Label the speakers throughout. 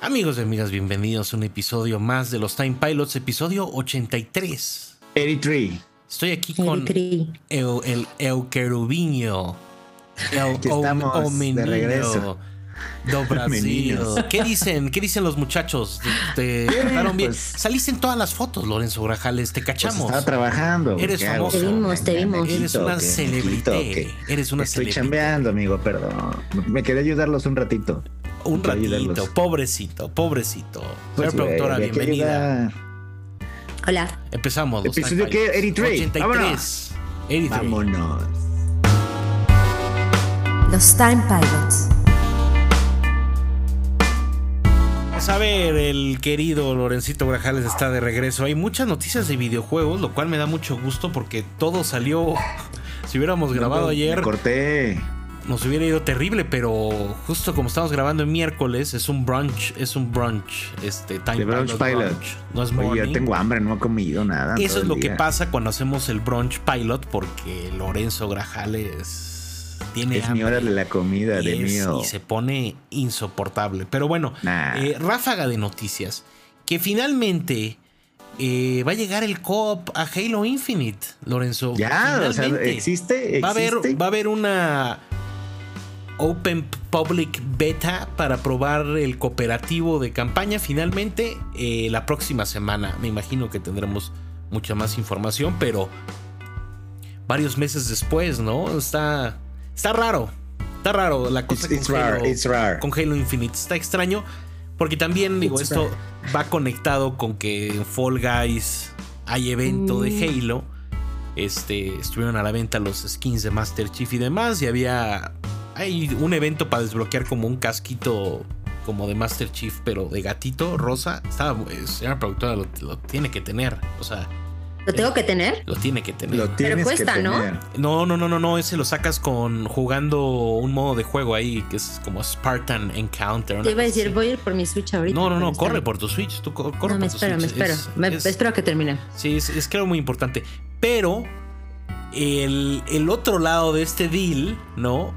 Speaker 1: Amigos y amigas, bienvenidos a un episodio más de los Time Pilots, episodio 83.
Speaker 2: 83.
Speaker 1: Estoy aquí con el, el Euquerubiño. El
Speaker 2: Aquí estamos, de
Speaker 1: Omenino
Speaker 2: regreso.
Speaker 1: Do Brasil.
Speaker 2: Meninos.
Speaker 1: ¿Qué dicen? ¿Qué dicen los muchachos? ¿Te te
Speaker 2: Bien,
Speaker 1: trataron bien?
Speaker 2: pues.
Speaker 1: Saliste en todas las fotos, Lorenzo Grajales. Te
Speaker 2: Pues
Speaker 1: cachamos.
Speaker 2: estaba trabajando.
Speaker 1: Eres
Speaker 2: ¿qué hago?
Speaker 1: famoso. Te
Speaker 3: vimos, te vimos.
Speaker 1: Eres una
Speaker 2: ¿Qué?
Speaker 1: celebrité.
Speaker 2: ¿Qué?
Speaker 1: Eres una
Speaker 2: Estoy
Speaker 1: celebrité.
Speaker 2: chambeando, amigo, perdón. Me quería ayudarlos un ratito.
Speaker 1: Un
Speaker 2: Para
Speaker 1: ratito,
Speaker 2: ayudarlos.
Speaker 1: pobrecito, pobrecito. Señora
Speaker 2: Pues, güey,
Speaker 1: productora,
Speaker 2: había que
Speaker 1: bienvenida.
Speaker 2: ayudar.
Speaker 3: Hola.
Speaker 1: Empezamos. los
Speaker 2: ¿Episodio
Speaker 1: Time Pilots.
Speaker 2: qué? 83.
Speaker 1: 83. 83.
Speaker 2: Vámonos.
Speaker 3: Los Time Pilots.
Speaker 1: Vamos a ver, el querido Lorencito Grajales está de regreso. Hay muchas noticias de videojuegos, lo cual me da mucho gusto porque todo salió. Si hubiéramos pues, grabado
Speaker 2: Me
Speaker 1: ayer,
Speaker 2: Corté.
Speaker 1: nos hubiera ido terrible, pero justo como estamos grabando el miércoles, es un brunch, es un brunch, este Time
Speaker 2: The Brunch Pilot.
Speaker 1: No es
Speaker 2: Oye,
Speaker 1: morning.
Speaker 2: yo tengo hambre, no he comido nada.
Speaker 1: Eso
Speaker 2: todo
Speaker 1: es
Speaker 2: el
Speaker 1: lo que
Speaker 2: día.
Speaker 1: pasa cuando hacemos el brunch pilot, porque Lorenzo Grajales tiene
Speaker 2: Es mi hora de la comida, de
Speaker 1: y, es-
Speaker 2: mío.
Speaker 1: y se pone insoportable. Pero bueno,
Speaker 2: Nah.
Speaker 1: eh, ráfaga de noticias. Que finalmente eh, va a llegar el co-op a Halo Infinite, Lorenzo.
Speaker 2: Ya, o sea, eh,
Speaker 1: Finalmente.
Speaker 2: existe, existe.
Speaker 1: Va a, haber, va a haber una Open Public Beta para probar el cooperativo de campaña finalmente eh, la próxima semana. Me imagino que tendremos mucha más información, pero varios meses después, ¿no? Está, está raro. Está raro la cosa
Speaker 2: It's,
Speaker 1: con
Speaker 2: it's
Speaker 1: Halo-
Speaker 2: rare, it's rare.
Speaker 1: con Halo Infinite. Está extraño. Porque también, digo,
Speaker 2: It's
Speaker 1: esto va conectado con que en Fall Guys hay evento de
Speaker 3: Mm.
Speaker 1: Halo. Este, estuvieron a la venta los skins de Master Chief y demás. Y había. Hay un evento para desbloquear como un casquito como de Master Chief, pero de gatito rosa. Estaba, señora productora lo, lo tiene que tener. O sea,
Speaker 3: ¿Lo tengo que tener?
Speaker 1: lo tiene que tener.
Speaker 2: Lo tienes
Speaker 3: cuesta,
Speaker 2: que
Speaker 3: ¿no?
Speaker 2: tener.
Speaker 1: No, no, no, no, no. Ese lo sacas con jugando un modo de juego ahí que es como Spartan Encounter. una
Speaker 3: Te iba a
Speaker 1: cosa
Speaker 3: decir,
Speaker 1: así.
Speaker 3: voy a ir por mi Switch ahorita.
Speaker 1: No, no,
Speaker 3: pero
Speaker 1: no.
Speaker 3: está
Speaker 1: Corre
Speaker 3: bien.
Speaker 1: por tu Switch. Tú co- corre
Speaker 3: No, me
Speaker 1: por tu
Speaker 3: espero, me
Speaker 1: Switch.
Speaker 3: espero.
Speaker 1: Es-
Speaker 3: Me-
Speaker 1: es-
Speaker 3: Espero que termine.
Speaker 1: Sí, es, es creo muy importante. Pero el, el otro lado de este deal, ¿no?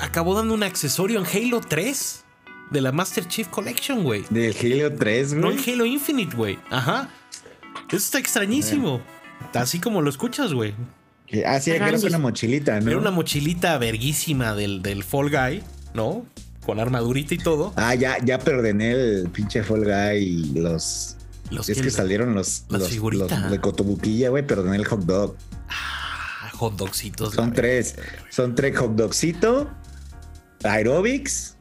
Speaker 1: Acabó dando un accesorio en Halo 3 de la Master Chief Collection, güey.
Speaker 2: Del Halo 3,
Speaker 1: No
Speaker 2: güey.
Speaker 1: en Halo Infinite, güey. Ajá. Eso está extrañísimo. Así como lo escuchas, güey.
Speaker 2: Que- Ah, sí, que era
Speaker 3: Randy.
Speaker 2: una mochilita, ¿no?
Speaker 1: Era una mochilita verguísima del, del Fall Guy, ¿no? Con armadurita y todo.
Speaker 2: Ah, ya, ya perdoné el pinche Fall Guy y los.
Speaker 1: Los
Speaker 2: es que salieron los.
Speaker 1: las
Speaker 2: los,
Speaker 1: figuritas.
Speaker 2: los de Cotobuquilla, güey, perdoné el hot dog.
Speaker 1: Ah, hot dogcitos.
Speaker 2: Son
Speaker 1: la
Speaker 2: tres. Son tres hot dogcito, aerobics.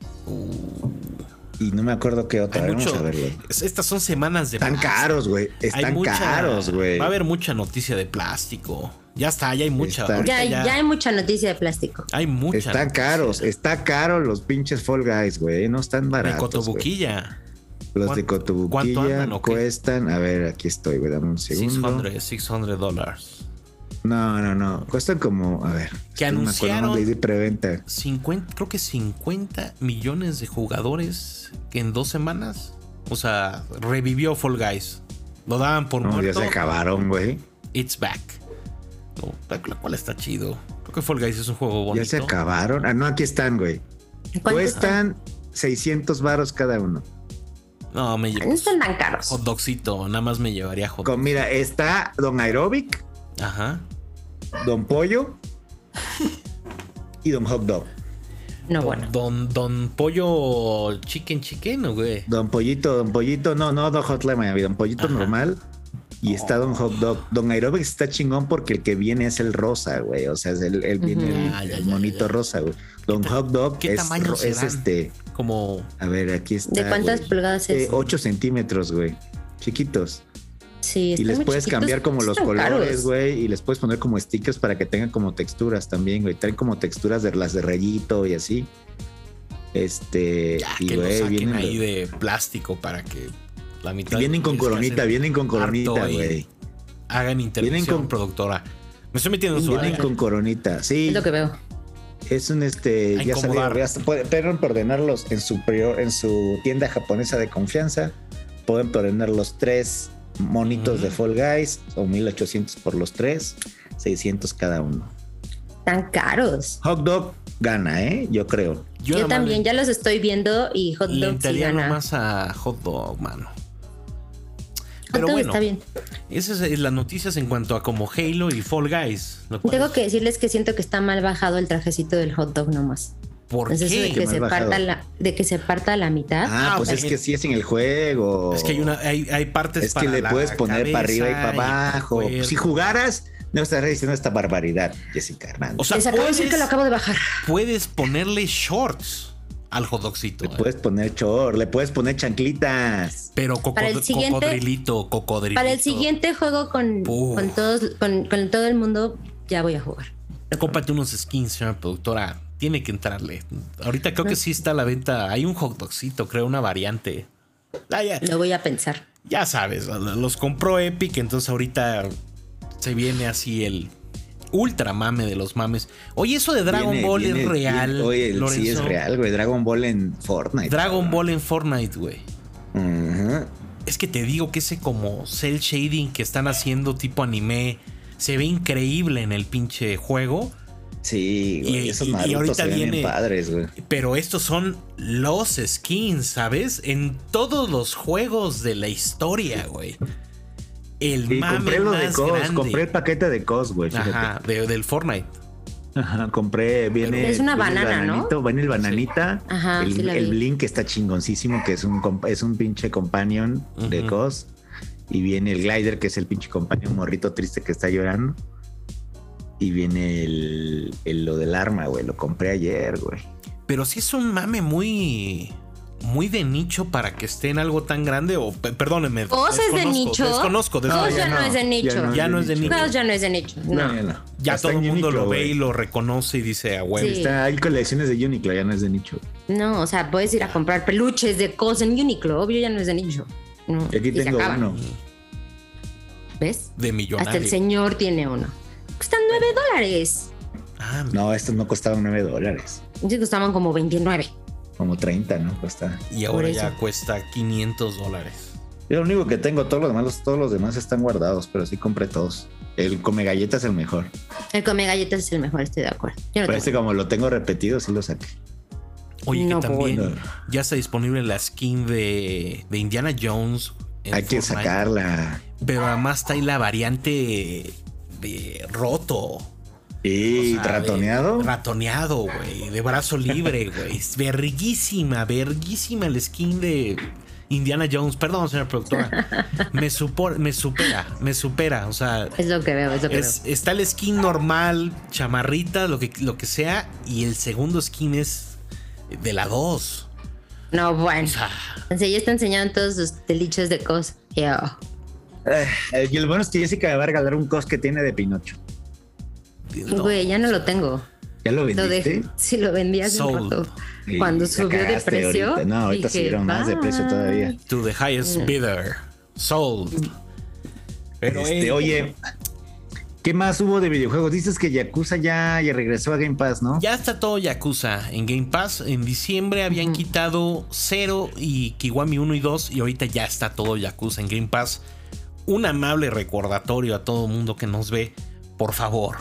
Speaker 2: Y no me acuerdo qué otra.
Speaker 1: Hay
Speaker 2: Vamos
Speaker 1: mucho-
Speaker 2: a verlo.
Speaker 1: Es- Estas son semanas de
Speaker 2: Están
Speaker 1: más.
Speaker 2: caros, güey.
Speaker 1: Hay
Speaker 2: Están
Speaker 1: mucha-
Speaker 2: caros, güey.
Speaker 1: Va a haber mucha noticia de plástico. Ya está, ya hay mucha.
Speaker 2: Está-
Speaker 1: ahorita
Speaker 3: Ya, hay- ya hay mucha noticia de plástico.
Speaker 1: hay mucha.
Speaker 2: Están
Speaker 1: noticia.
Speaker 2: caros, está caro los pinches Fall Guys, güey. No están
Speaker 1: De
Speaker 2: baratos. güey.
Speaker 1: Cotobuquilla.
Speaker 2: Los de
Speaker 1: ¿Cuánto- cuánto
Speaker 2: Cotobuquilla
Speaker 1: andan o qué?
Speaker 2: cuestan. A ver, aquí estoy, güey. Dame un segundo.
Speaker 1: 600, 600 dólares.
Speaker 2: No, no, no. Cuestan como, a ver.
Speaker 1: Que
Speaker 2: es no me acuerdo,
Speaker 1: anunciaron-
Speaker 2: no, de preventa.
Speaker 1: 50, creo que 50 millones de jugadores que en dos semanas. O sea, revivió Fall Guys. Lo daban por
Speaker 2: No, ya
Speaker 1: muerto.
Speaker 2: se acabaron, güey.
Speaker 1: It's back. No, la cual está chido. Creo que Fall Guys es un juego bonito.
Speaker 2: Ya se acabaron. Ah, no, aquí están, güey.
Speaker 3: ¿Cuánto
Speaker 2: Cuestan 600 varos cada uno.
Speaker 1: No, me
Speaker 3: están? No
Speaker 1: llevo
Speaker 3: están tan caros.
Speaker 1: hot dogcito. Nada más me llevaría hot dog.
Speaker 2: Con, mira, está Don Aerobic,
Speaker 1: Ajá.
Speaker 2: Don Pollo y Don Hot Dog.
Speaker 3: No, bueno.
Speaker 1: Don, don Pollo Chicken Chicken, ¿o güey.
Speaker 2: Don Pollito, Don Pollito, no, no, Don Hot Lemon, Don Pollito
Speaker 1: Ajá.
Speaker 2: normal. Y está Don Hot Dog. Don Aerobic está chingón porque el que viene es el rosa, güey. O sea, es el, el viene
Speaker 3: Ujú.
Speaker 2: el,
Speaker 1: Ah, ya,
Speaker 2: el
Speaker 1: ya,
Speaker 2: monito
Speaker 1: ya.
Speaker 2: rosa, güey. Don
Speaker 1: ta-
Speaker 2: Hot Dog
Speaker 1: qué
Speaker 2: es,
Speaker 1: tamaño
Speaker 2: ro- es
Speaker 1: serán?
Speaker 2: este.
Speaker 1: Como
Speaker 2: A ver, aquí está.
Speaker 3: ¿De cuántas
Speaker 2: güey.
Speaker 3: pulgadas
Speaker 2: Eh,
Speaker 3: es?
Speaker 2: 8 centímetros, güey. Chiquitos.
Speaker 3: Sí,
Speaker 2: y
Speaker 3: están
Speaker 2: les
Speaker 3: muy
Speaker 2: puedes
Speaker 3: chiquitos,
Speaker 2: cambiar como los
Speaker 3: están
Speaker 2: colores,
Speaker 3: caros.
Speaker 2: güey. Y les puedes poner como stickers para que tengan como texturas también, güey. Traen como texturas de las de rayito y así. Este.
Speaker 1: ya,
Speaker 2: y
Speaker 1: que lo
Speaker 2: güey,
Speaker 1: saquen
Speaker 2: vienen,
Speaker 1: ahí de plástico para que la mitad.
Speaker 2: vienen con
Speaker 1: de los que
Speaker 2: coronita,
Speaker 1: hacen
Speaker 2: vienen con coronita,
Speaker 1: harto y
Speaker 2: güey.
Speaker 1: Hagan intervención
Speaker 2: Vienen con-
Speaker 1: productora. Me estoy metiendo en su
Speaker 2: Vienen
Speaker 1: área.
Speaker 2: con coronita. Sí,
Speaker 3: Es lo que veo.
Speaker 2: es un este.
Speaker 1: A
Speaker 2: Ya
Speaker 1: incomodar.
Speaker 2: sabía, ya se puede- pueden ordenarlos en su, prior- en su tienda japonesa de confianza. Pueden ordenar los tres monitos
Speaker 1: Ujú.
Speaker 2: de Fall Guys. Son 1800 por los tres, 600 cada uno.
Speaker 3: Están caros.
Speaker 2: Hot dog gana, ¿eh? Yo creo.
Speaker 3: Yo,
Speaker 1: nada más
Speaker 3: también, ya los estoy viendo y hot
Speaker 1: le, le
Speaker 3: dog sí
Speaker 1: entraría
Speaker 3: gana.
Speaker 1: nomás a hot dog, mano.
Speaker 3: Hot
Speaker 1: Pero
Speaker 3: dog
Speaker 1: bueno,
Speaker 3: está bien.
Speaker 1: esas es las noticias en cuanto a como Halo y Fall Guys. lo cual
Speaker 3: Tengo
Speaker 1: es-
Speaker 3: que decirles que siento que está mal bajado el trajecito del hot dog nomás.
Speaker 1: ¿Por
Speaker 3: Entonces, eso de
Speaker 1: qué?
Speaker 3: que,
Speaker 2: Qué
Speaker 3: se
Speaker 2: mal bajado.
Speaker 3: parta la, de que se parta a la mitad.
Speaker 1: Ah,
Speaker 2: Ah, pues
Speaker 1: bueno.
Speaker 2: es que sí es en el juego.
Speaker 1: Es que hay, una, hay, hay partes
Speaker 2: Es que
Speaker 1: para
Speaker 2: le
Speaker 1: la
Speaker 2: puedes poner para arriba y para
Speaker 1: cabeza
Speaker 2: abajo. Pues
Speaker 1: cuerpo.
Speaker 2: Si jugaras, no estarías diciendo esta barbaridad, Jessica
Speaker 1: O
Speaker 2: Hernández.
Speaker 1: sea,
Speaker 3: Les acabo de decir que lo
Speaker 1: puedes,
Speaker 3: acabo de bajar.
Speaker 1: puedes ponerle shorts al eh. jodocito.
Speaker 2: le puedes poner chor, le puedes poner chanclitas.
Speaker 1: Pero cocod-
Speaker 3: Para el siguiente-
Speaker 1: cocodrilito, cocodrilito.
Speaker 3: Para el siguiente juego con,
Speaker 1: Uf.
Speaker 3: con todos, con, con todo el mundo, ya voy a jugar.
Speaker 1: Cómprate unos skins, señora productora. Tiene que entrarle. Ahorita creo que sí está a la venta. Hay un hot dogcito, creo, una variante. Ah, ya,
Speaker 3: Lo voy a pensar.
Speaker 1: ya sabes, los compró Epic, entonces ahorita se viene así el ultra mame de los mames. Oye, eso de Dragon
Speaker 2: Viene-
Speaker 1: Ball es
Speaker 2: viene-
Speaker 1: real.
Speaker 2: viene- oye, sí es
Speaker 1: Lorenzo.
Speaker 2: real, güey. Dragon Ball en Fortnite.
Speaker 1: Dragon Ball en Fortnite, güey.
Speaker 2: Ujú.
Speaker 1: Es que te digo que ese como cel shading que están haciendo tipo anime se ve increíble en el pinche juego.
Speaker 2: Sí, güey.
Speaker 1: Y-
Speaker 2: esos
Speaker 1: y- y
Speaker 2: Naruto
Speaker 1: ahorita
Speaker 2: se ven bien
Speaker 1: viene-
Speaker 2: padres, güey.
Speaker 1: Pero estos son los skins, ¿sabes? En todos los juegos de la historia, güey. El
Speaker 2: Y
Speaker 1: mame
Speaker 2: compré lo de
Speaker 1: más
Speaker 2: COS,
Speaker 1: grande.
Speaker 2: compré el paquete de COS, güey. fíjate.
Speaker 1: Ajá, de- del Fortnite.
Speaker 2: Ajá, compré, viene.
Speaker 3: Es una
Speaker 2: viene el
Speaker 3: banana, ¿no?
Speaker 2: bananito, Viene el bananita.
Speaker 3: Ajá,
Speaker 2: el,
Speaker 3: sí la
Speaker 2: el
Speaker 3: vi.
Speaker 2: Blink está chingoncísimo, que es un, comp- es un pinche companion de
Speaker 1: Ujú.
Speaker 2: COS. Y viene el Glider, que es el pinche companion morrito triste que está llorando. Y viene el, el- lo del arma, güey. Lo compré ayer, güey.
Speaker 1: Pero sí es un mame muy. Muy de nicho para que esté en algo tan grande. O pe- perdónenme.
Speaker 3: ¿Cos es de
Speaker 1: desconozco,
Speaker 3: nicho?
Speaker 1: Desconozco,
Speaker 3: No,
Speaker 1: desconozco.
Speaker 3: ya no es de nicho.
Speaker 1: Ya no es de nicho.
Speaker 3: No, ya no es de nicho.
Speaker 2: No,
Speaker 3: No.
Speaker 2: ya no.
Speaker 1: Ya
Speaker 2: Está
Speaker 1: todo el
Speaker 2: en
Speaker 1: mundo
Speaker 2: Uniqlo,
Speaker 1: lo ve
Speaker 2: güey.
Speaker 1: y lo reconoce y dice a huevo.
Speaker 3: Sí.
Speaker 2: Está, hay colecciones de Uniqlo, ya no es de nicho.
Speaker 3: No, o sea, puedes ir a comprar peluches de cosas en Uniqlo. Obvio, ya no es de nicho. No.
Speaker 2: Y aquí
Speaker 3: Y se
Speaker 2: tengo
Speaker 3: acaban.
Speaker 2: uno.
Speaker 3: ¿Ves?
Speaker 1: De millonario.
Speaker 3: Hasta el señor tiene uno. Cuestan 9 dólares.
Speaker 1: Ah,
Speaker 2: No, estos no costaban 9 dólares.
Speaker 3: Entonces costaban como 29.
Speaker 2: Como 30, ¿no? Cuesta.
Speaker 1: y
Speaker 3: por
Speaker 1: ahora
Speaker 3: eso.
Speaker 1: ya cuesta 500 dólares.
Speaker 2: Yo lo único que tengo, todos los demás, los- todos los demás están guardados, pero sí compré todos. El come galletas es el mejor.
Speaker 3: El come galletas es el mejor, estoy de acuerdo. Yo no
Speaker 2: Pero
Speaker 3: tengo.
Speaker 2: este como lo tengo repetido, sí lo saqué.
Speaker 1: Oye,
Speaker 3: No,
Speaker 1: que también
Speaker 2: bueno.
Speaker 1: ya está disponible la skin de, de Indiana Jones. en
Speaker 2: Hay que
Speaker 1: Fortnite,
Speaker 2: sacarla.
Speaker 1: Pero además está ahí la variante de roto.
Speaker 2: Y
Speaker 1: O sea,
Speaker 2: ratoneado.
Speaker 1: de- ratoneado, güey. De brazo libre, güey. Es verguísima, verguísima el skin de Indiana Jones. Perdón, señora productora. Me, supor- me supera, me supera. O sea,
Speaker 3: Es lo que veo, es lo que
Speaker 1: es- está el skin normal, chamarrita, lo que, lo que sea. Y el segundo skin es de la 2.
Speaker 3: veo. No,
Speaker 1: O
Speaker 3: bueno.
Speaker 1: sea,
Speaker 3: Entonces, ya está enseñando todos sus delichos de oh, cosas. Yo.
Speaker 2: Eh, y el bueno es que Jessica me va a regalar un cos que tiene de Pinocho.
Speaker 1: no.
Speaker 3: Güey, ya no lo tengo.
Speaker 2: ¿Ya lo
Speaker 3: Lo
Speaker 2: vendiste?
Speaker 3: dejé. Si lo vendí hace un
Speaker 1: Sold.
Speaker 3: rato.
Speaker 2: Y
Speaker 3: Cuando
Speaker 2: la
Speaker 3: subió de
Speaker 2: cagaste
Speaker 3: precio.
Speaker 2: ahorita. No, ahorita
Speaker 3: dije,
Speaker 2: subieron más de precio
Speaker 3: "Bye".
Speaker 2: todavía.
Speaker 1: To the highest bidder. Sold. Pero
Speaker 2: Este,
Speaker 1: eh,
Speaker 2: oye, ¿qué más hubo de videojuegos? Dices que Yakuza ya, ya regresó a Game Pass, ¿no?
Speaker 1: ya está todo Yakuza en Game Pass. En diciembre habían quitado 0 y Kiwami 1 y 2 y ahorita ya está todo Yakuza en Game Pass. Un amable recordatorio a todo mundo que nos ve, por favor.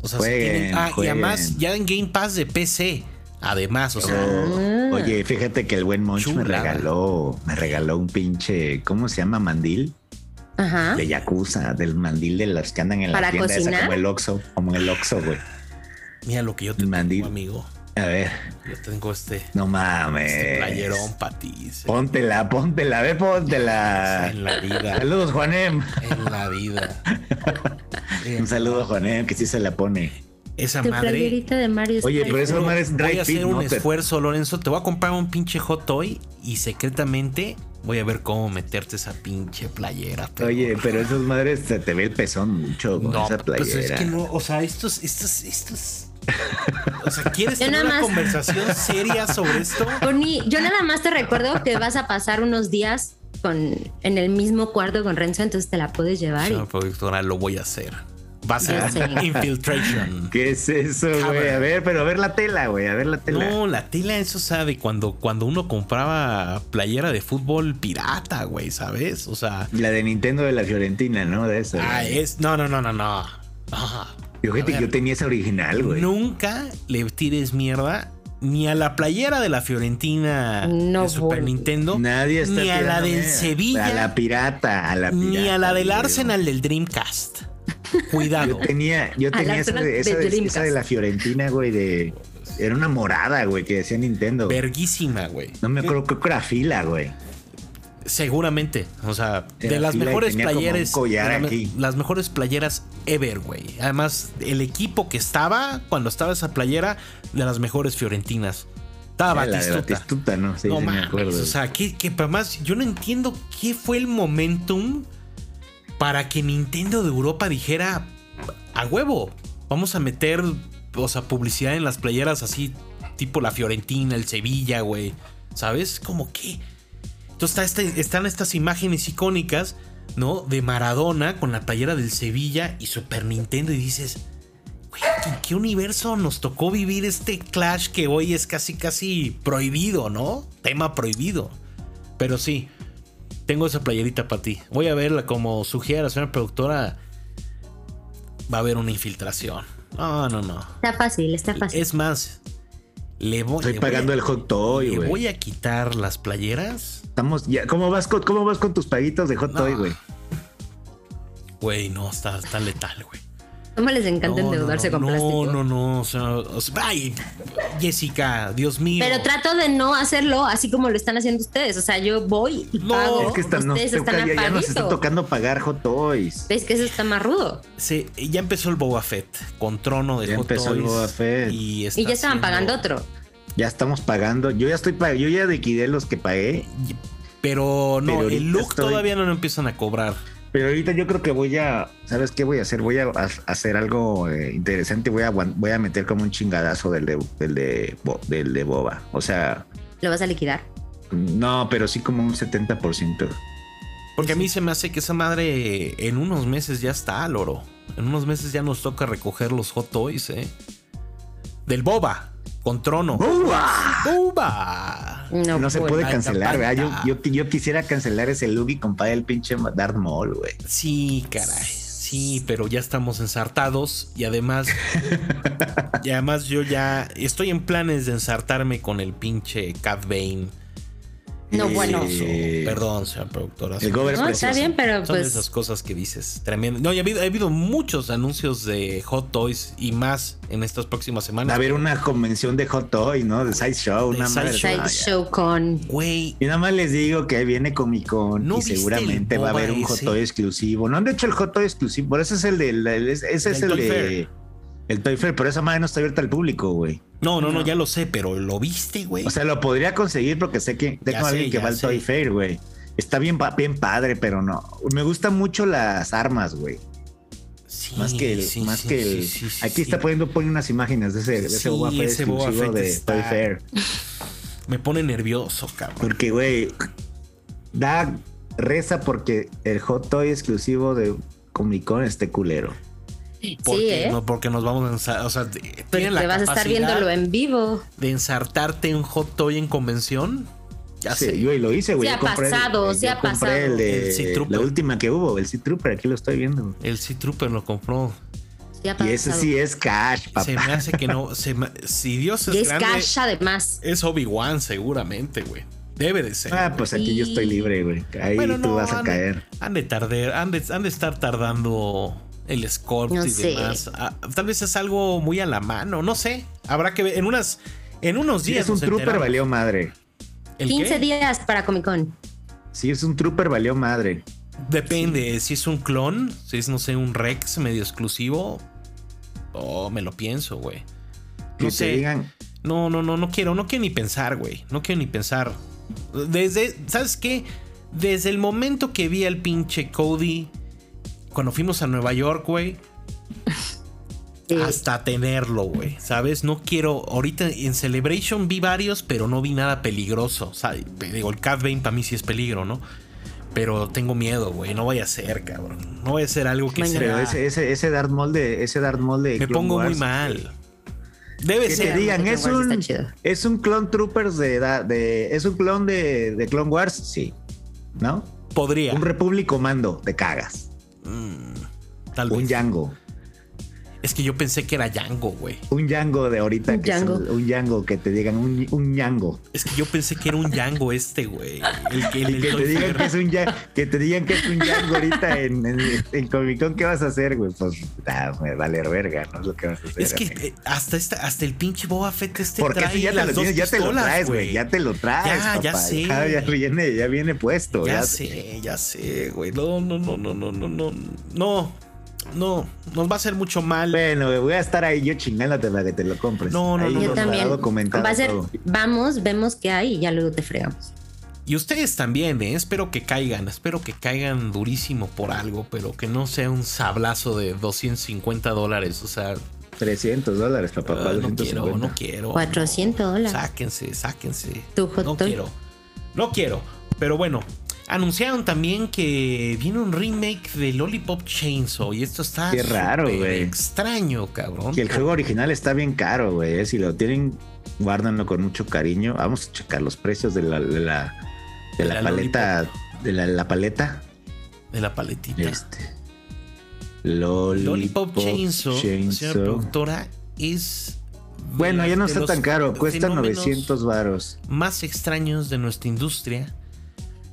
Speaker 1: O sea, si
Speaker 2: Jueguen,
Speaker 1: tienen- ah, y
Speaker 2: jueguen.
Speaker 1: además ya en Game Pass de PC. Además, o sea,
Speaker 3: Ah.
Speaker 2: Oye, fíjate que el buen Monch me
Speaker 1: Chulada.
Speaker 2: regaló, me regaló un pinche, ¿cómo se llama? Mandil
Speaker 3: Ajá.
Speaker 2: de Yakuza, del mandil de las que andan en la
Speaker 3: ¿Ah? ¿Para
Speaker 2: tienda esa,
Speaker 3: cocinar?
Speaker 2: como el Oxxo, como el Oxxo, güey.
Speaker 1: mira lo que yo te
Speaker 2: Mandil.
Speaker 1: tengo, amigo.
Speaker 2: A ver,
Speaker 1: Yo tengo este,
Speaker 2: no
Speaker 1: este
Speaker 2: mames.
Speaker 1: playerón para ti. sí.
Speaker 2: Póntela, póntela, ve, póntela.
Speaker 1: En la vida.
Speaker 2: Saludos, Juanem.
Speaker 1: en la vida.
Speaker 2: Un saludo, Juanem, que sí se la pone.
Speaker 1: Esa
Speaker 3: Tu
Speaker 1: madre.
Speaker 3: playerita de Mario
Speaker 2: Oye,
Speaker 3: Strike.
Speaker 2: pero eso
Speaker 1: Voy
Speaker 2: madre es dry
Speaker 1: a
Speaker 2: fit,
Speaker 1: hacer
Speaker 2: ¿no?
Speaker 1: un
Speaker 2: Te-
Speaker 1: esfuerzo, Lorenzo. Te voy a comprar un pinche hot toy y secretamente voy a ver cómo meterte esa pinche playera. pero-
Speaker 2: Oye, pero esas madres se te ve el pezón mucho con
Speaker 1: no,
Speaker 2: esa playera.
Speaker 1: pues es que no. O sea, estos, estos, estos. O sea, ¿quieres
Speaker 3: Yo
Speaker 1: tener
Speaker 3: nada
Speaker 1: una
Speaker 3: más-
Speaker 1: conversación seria sobre esto?
Speaker 3: Bonnie, yo nada más te recuerdo que vas a pasar unos días con, en el mismo cuarto con Renzo, entonces te la puedes llevar. y-
Speaker 1: Señora productora, lo voy a hacer. Va a
Speaker 3: Ya
Speaker 1: ser
Speaker 3: sé.
Speaker 1: infiltration.
Speaker 2: ¿Qué es eso, güey?
Speaker 1: Cámara.
Speaker 2: A ver, pero a ver la tela, güey, a ver la tela.
Speaker 1: No, la tela, eso sabe, cuando, cuando uno compraba playera de fútbol pirata, güey, ¿sabes? O sea,
Speaker 2: La de Nintendo de la Fiorentina, ¿no? De eso.
Speaker 1: Ah, es. No, no, no, no, no. Ah,
Speaker 2: Yo, gente,
Speaker 1: eh, ver.
Speaker 2: yo tenía esa original, güey.
Speaker 1: Nunca le tires mierda ni a la playera de la Fiorentina
Speaker 3: No
Speaker 1: de Super
Speaker 3: voy.
Speaker 1: Nintendo,
Speaker 2: Nadie está
Speaker 1: ni a la
Speaker 2: tirándome.
Speaker 1: del Sevilla.
Speaker 2: A la pirata, a la pirata.
Speaker 1: ni a la del
Speaker 2: güey.
Speaker 1: Arsenal del Dreamcast. Cuidado.
Speaker 2: Yo tenía, yo
Speaker 3: la
Speaker 2: tenía esa,
Speaker 3: Arsenal
Speaker 2: de, esa
Speaker 3: de
Speaker 2: de- esa
Speaker 3: Dreamcast.
Speaker 2: de la Fiorentina, güey, de... Era una morada, güey, que decía Nintendo. güey.
Speaker 1: Verguísima, güey.
Speaker 2: No me acuerdo, creo que era fila, güey.
Speaker 1: Seguramente. O sea,
Speaker 2: Era
Speaker 1: de las
Speaker 2: fila y
Speaker 1: mejores
Speaker 2: tenía como un
Speaker 1: playeras.
Speaker 2: collar
Speaker 1: de la-
Speaker 2: aquí.
Speaker 1: Las mejores playeras ever, güey. Además, el equipo que estaba cuando estaba esa playera, de las mejores fiorentinas. Estaba
Speaker 2: Era la de
Speaker 1: Batistuta.
Speaker 2: Batistuta, ¿no? Ah, Sí,
Speaker 1: no
Speaker 2: sí me
Speaker 1: mames,
Speaker 2: acuerdo.
Speaker 1: O sea, que, que además yo no entiendo qué fue el momentum para que Nintendo de Europa dijera a huevo, vamos a meter, o sea, publicidad en las playeras así, tipo la Fiorentina, el Sevilla, güey. ¿Sabes? Como que. Entonces está este- están estas imágenes icónicas, ¿no? De Maradona con la playera del Sevilla y Super Nintendo y dices, güey, ¿en qué universo nos tocó vivir este clash que hoy es casi, casi prohibido, ¿no? Tema prohibido. Pero sí, tengo esa playerita para ti. Voy a verla como sugiere la señora productora. Va a haber una infiltración. No, no, no.
Speaker 3: Está fácil, está fácil.
Speaker 1: Es más, le voy,
Speaker 2: Estoy
Speaker 1: le voy
Speaker 2: pagando
Speaker 1: a,
Speaker 2: el hot toy,
Speaker 1: le
Speaker 2: güey.
Speaker 1: voy a quitar las playeras.
Speaker 2: Estamos ya. ¿Cómo vas con, cómo vas con tus paguitos de hot
Speaker 1: No.
Speaker 2: toy, güey?
Speaker 1: Güey, no, está, está letal, güey.
Speaker 3: ¿Cómo les encanta
Speaker 1: No, no,
Speaker 3: endeudarse
Speaker 1: no,
Speaker 3: con
Speaker 1: no,
Speaker 3: plástico?
Speaker 1: No, no, o sea, o sea, ay, Jessica, Dios mío.
Speaker 3: Pero trato de no hacerlo así como lo están haciendo ustedes. O sea, yo voy y
Speaker 1: No,
Speaker 3: pago.
Speaker 2: Es que esta- nos
Speaker 3: ustedes
Speaker 2: toca-
Speaker 3: están
Speaker 2: ya, ya nos está
Speaker 3: apagando.
Speaker 2: tocando pagar hot toys.
Speaker 3: ¿Ves que eso está más rudo?
Speaker 1: Se- ya empezó el Boba Fett con trono de
Speaker 2: Ya
Speaker 1: Hot
Speaker 2: empezó el
Speaker 1: Toys
Speaker 2: Boba Fett.
Speaker 1: Y,
Speaker 3: Y ya estaban pagando otro.
Speaker 2: Ya estamos pagando. Yo ya estoy pag- Yo ya liquidé los que pagué.
Speaker 1: otro. Pero no,
Speaker 2: Pero ahorita
Speaker 1: el look
Speaker 2: estoy-
Speaker 1: todavía no lo empiezan a cobrar.
Speaker 2: Pero ahorita yo creo que voy a. ¿Sabes qué voy a hacer? Voy a ha- hacer algo eh, interesante. Voy a, aguan- voy a meter como un chingadazo del de, del, de, Bo- del de Boba. O sea,
Speaker 3: Lo vas a liquidar.
Speaker 2: no, pero sí como un 70%.
Speaker 1: Porque a mí se me hace que esa madre en unos meses ya está al oro. En unos meses ya nos toca recoger los Hot Toys, ¿eh? Del Boba, con trono.
Speaker 2: ¡Boba!
Speaker 1: ¡Boba!
Speaker 3: pues, No,
Speaker 2: No se
Speaker 3: voy.
Speaker 2: puede
Speaker 1: ay,
Speaker 2: cancelar,
Speaker 1: capaz,
Speaker 2: ¿verdad? Yo,
Speaker 1: ah.
Speaker 2: yo, qui- yo quisiera cancelar ese look y comprar el pinche Darth Maul, güey.
Speaker 1: Sí, caray. Sí, pero ya estamos ensartados y además. y además yo ya estoy en planes de ensartarme con el pinche Cat Bane.
Speaker 3: No, bueno.
Speaker 2: Eh,
Speaker 1: Perdón, señora productora.
Speaker 2: El Gober
Speaker 3: No, está
Speaker 2: precioso.
Speaker 3: bien, pero
Speaker 1: Son de esas
Speaker 3: pues.
Speaker 1: cosas que dices. Tremendo. No, y ha habido, ha habido muchos anuncios de Hot Toys y más en estas próximas
Speaker 2: Va a
Speaker 1: semanas.
Speaker 2: haber una convención de Hot Toy, ¿no? De Side Show,
Speaker 1: De
Speaker 2: una
Speaker 1: Side
Speaker 2: madre.
Speaker 1: Show.
Speaker 2: Ah, ya.
Speaker 3: Sideshow con.
Speaker 1: Güey,
Speaker 2: Y nada más les digo que ahí viene Comic Con
Speaker 1: ¿No
Speaker 2: y
Speaker 1: viste
Speaker 2: seguramente
Speaker 1: el
Speaker 2: va a haber
Speaker 1: boba
Speaker 2: un Hot
Speaker 1: ese?
Speaker 2: Toy exclusivo. No han hecho el Hot Toy exclusivo, pero ese es el del. el- ese es
Speaker 1: Del
Speaker 2: el
Speaker 1: Toy
Speaker 2: de.
Speaker 1: Fair.
Speaker 2: El Toy Fair, pero esa madre no está abierta al público, güey.
Speaker 1: no, no, no, ya lo sé, pero lo viste, güey.
Speaker 2: O sea, lo podría conseguir porque sé que
Speaker 1: Ya
Speaker 2: tengo a
Speaker 1: sé,
Speaker 2: alguien que
Speaker 1: ya
Speaker 2: va al
Speaker 1: sé.
Speaker 2: Toy Fair, güey. Está bien, pa- bien padre, pero no. Me gustan mucho las armas, güey.
Speaker 1: Sí,
Speaker 2: Más que el,
Speaker 1: sí,
Speaker 2: más
Speaker 1: sí,
Speaker 2: que el.
Speaker 1: sí, sí, sí,
Speaker 2: aquí
Speaker 1: sí.
Speaker 2: está poniendo pone unas imágenes de ese, de ese
Speaker 1: Sí,
Speaker 2: Boba Fett
Speaker 1: ese Boba
Speaker 2: exclusivo
Speaker 1: Fett
Speaker 2: de
Speaker 1: está-
Speaker 2: Toy Fair.
Speaker 1: Me pone nervioso, cabrón.
Speaker 2: Porque, güey, da reza porque el hot toy exclusivo de Comic Con esté culero.
Speaker 3: Sí,
Speaker 1: Porque,
Speaker 3: ¿eh?
Speaker 1: no, porque nos vamos a ensartar. O sea, de-
Speaker 3: Porque
Speaker 1: tienen la
Speaker 3: vas a estar
Speaker 1: capacidad
Speaker 3: viéndolo en vivo.
Speaker 1: de ensartarte un hot toy en convención. Ya
Speaker 2: Sí,
Speaker 1: sé.
Speaker 2: Yo y lo hice, güey.
Speaker 3: Sí
Speaker 2: Yo
Speaker 3: ha
Speaker 2: compré el-
Speaker 3: pasado,
Speaker 2: yo
Speaker 3: sí ha
Speaker 2: compré
Speaker 3: pasado.
Speaker 2: El de,
Speaker 1: El C-Trooper.
Speaker 2: la última que hubo, el C-Trooper, aquí lo estoy viendo.
Speaker 1: El C-Trooper lo compró.
Speaker 3: Ya ha
Speaker 2: Y ese
Speaker 3: pasado.
Speaker 2: sí es cash, papá.
Speaker 1: Se me hace que no. se me- si Dios es,
Speaker 3: Y es
Speaker 1: grande,
Speaker 3: cash además.
Speaker 1: es Obi-Wan, seguramente, güey. Debe de ser.
Speaker 2: Ah, pues aquí yo estoy
Speaker 3: Sí.
Speaker 2: libre, güey. Ahí
Speaker 1: Bueno,
Speaker 2: tú
Speaker 1: no, pues
Speaker 2: vas a
Speaker 1: han de-
Speaker 2: caer.
Speaker 1: Han de tardar, han de, han de estar tardando el Scorpio
Speaker 3: No
Speaker 1: y
Speaker 3: sé.
Speaker 1: demás. Ah, tal vez es algo muy a la mano, no sé. Habrá que ver. En unas. En unos
Speaker 2: Si
Speaker 1: días.
Speaker 2: es un
Speaker 1: nos
Speaker 2: trooper,
Speaker 1: enteramos.
Speaker 2: valió madre.
Speaker 1: ¿El
Speaker 3: 15
Speaker 1: qué?
Speaker 3: días para Comic Con.
Speaker 2: Ah, Si es un trooper, valió madre.
Speaker 1: Depende, si es un clon, si es, no sé, un Rex medio exclusivo. Oh, me lo pienso, güey.
Speaker 2: Que
Speaker 1: No
Speaker 2: te
Speaker 1: sé.
Speaker 2: digan,
Speaker 1: No, no, no, no quiero, no quiero ni pensar, güey. No quiero ni pensar. Desde, ¿sabes qué? Desde el momento que vi al pinche Cody, cuando fuimos a Nueva York, güey,
Speaker 3: Sí.
Speaker 1: hasta tenerlo, güey. ¿Sabes? No quiero. Ahorita en Celebration vi varios, pero no vi nada peligroso. O sea, digo, el Cat Bane para mí sí es peligro, ¿no? Pero tengo miedo, güey. No vaya a ser, cabrón. No vaya a ser algo que
Speaker 3: Mañana.
Speaker 2: Pero
Speaker 1: sea-
Speaker 2: ese, ese, ese Darth Maul de, ese Darth Maul de
Speaker 1: me
Speaker 2: Clone
Speaker 1: pongo muy
Speaker 2: Wars,
Speaker 1: mal. Debe
Speaker 2: Que
Speaker 1: ser.
Speaker 2: te digan, es
Speaker 3: Clone Wars
Speaker 2: un,
Speaker 3: está chido.
Speaker 2: es un clon Troopers de, edad- de es un clon de, de Clone Wars, sí, ¿no?
Speaker 1: Podría.
Speaker 2: Un Republic Commando, te cagas.
Speaker 1: Mm, tal
Speaker 2: Un
Speaker 1: vez.
Speaker 2: Django.
Speaker 1: Es que yo pensé que era Django, güey.
Speaker 2: Un Django de ahorita.
Speaker 3: Un
Speaker 2: que es
Speaker 3: Django.
Speaker 2: el- un Django que te digan un, un Django.
Speaker 1: Es que yo pensé que era un Django este, güey. El que el,
Speaker 2: Que
Speaker 1: el
Speaker 2: te digan que es un Django, que te digan que es un Django ahorita en, en, en Comic Con, ¿qué vas a hacer, güey? Pues ah, me vale verga, ¿no? Es lo que vas a hacer.
Speaker 1: Es que
Speaker 2: amigo.
Speaker 1: eh, hasta, esta, hasta el pinche Boba Fett este
Speaker 2: porque
Speaker 1: trae
Speaker 2: eso ya te
Speaker 1: las
Speaker 2: lo
Speaker 1: dos
Speaker 2: tienes, ya te lo
Speaker 1: pistolas,
Speaker 2: traes, güey. Ya te lo traes.
Speaker 1: Ya, ya
Speaker 2: papá,
Speaker 1: sé.
Speaker 2: Ya, ya viene, ya viene puesto.
Speaker 1: Ya
Speaker 2: ya-
Speaker 1: sé, ya sé, güey. No, no, no, no, no, no, no. No, no, nos va a hacer mucho mal.
Speaker 2: Bueno, güey, voy a estar ahí yo chingándote para que te lo compres.
Speaker 1: No, no,
Speaker 2: Ahí
Speaker 1: no,
Speaker 3: Yo
Speaker 1: no,
Speaker 2: está
Speaker 3: también.
Speaker 2: documentado
Speaker 3: Va a ser,
Speaker 2: todo.
Speaker 3: vamos, vemos qué hay y ya luego te fregamos.
Speaker 1: Y ustedes también, eh. Espero que caigan, espero que caigan durísimo por algo, pero que no sea un sablazo de 250 dólares. O sea,
Speaker 2: 300 dólares, papá.
Speaker 1: ah, no
Speaker 2: 250.
Speaker 1: quiero, no quiero.
Speaker 3: 400 dólares.
Speaker 1: Sáquense, sáquense.
Speaker 3: Tu hot
Speaker 1: no
Speaker 3: dog.
Speaker 1: quiero. No quiero. Pero bueno, anunciaron también que viene un remake de Lollipop Chainsaw. Y esto está
Speaker 2: Qué raro,
Speaker 1: súper
Speaker 2: güey.
Speaker 1: extraño, cabrón.
Speaker 2: Que el juego original está bien caro, güey. eh. Si lo tienen, guárdenlo con mucho cariño. Vamos a checar los precios de la, de la, de
Speaker 1: De
Speaker 2: la
Speaker 1: la
Speaker 2: paleta. De la, la paleta.
Speaker 1: De la paletita.
Speaker 2: Este. Lollipop,
Speaker 1: Lollipop Chainsaw,
Speaker 2: Chainsaw.
Speaker 1: señora productora, es. de
Speaker 2: Bueno,
Speaker 1: las-
Speaker 2: ya no
Speaker 1: de
Speaker 2: está
Speaker 1: los
Speaker 2: tan caro. Cuesta
Speaker 1: fenómenos
Speaker 2: 900 varos.
Speaker 1: Más extraños de nuestra industria.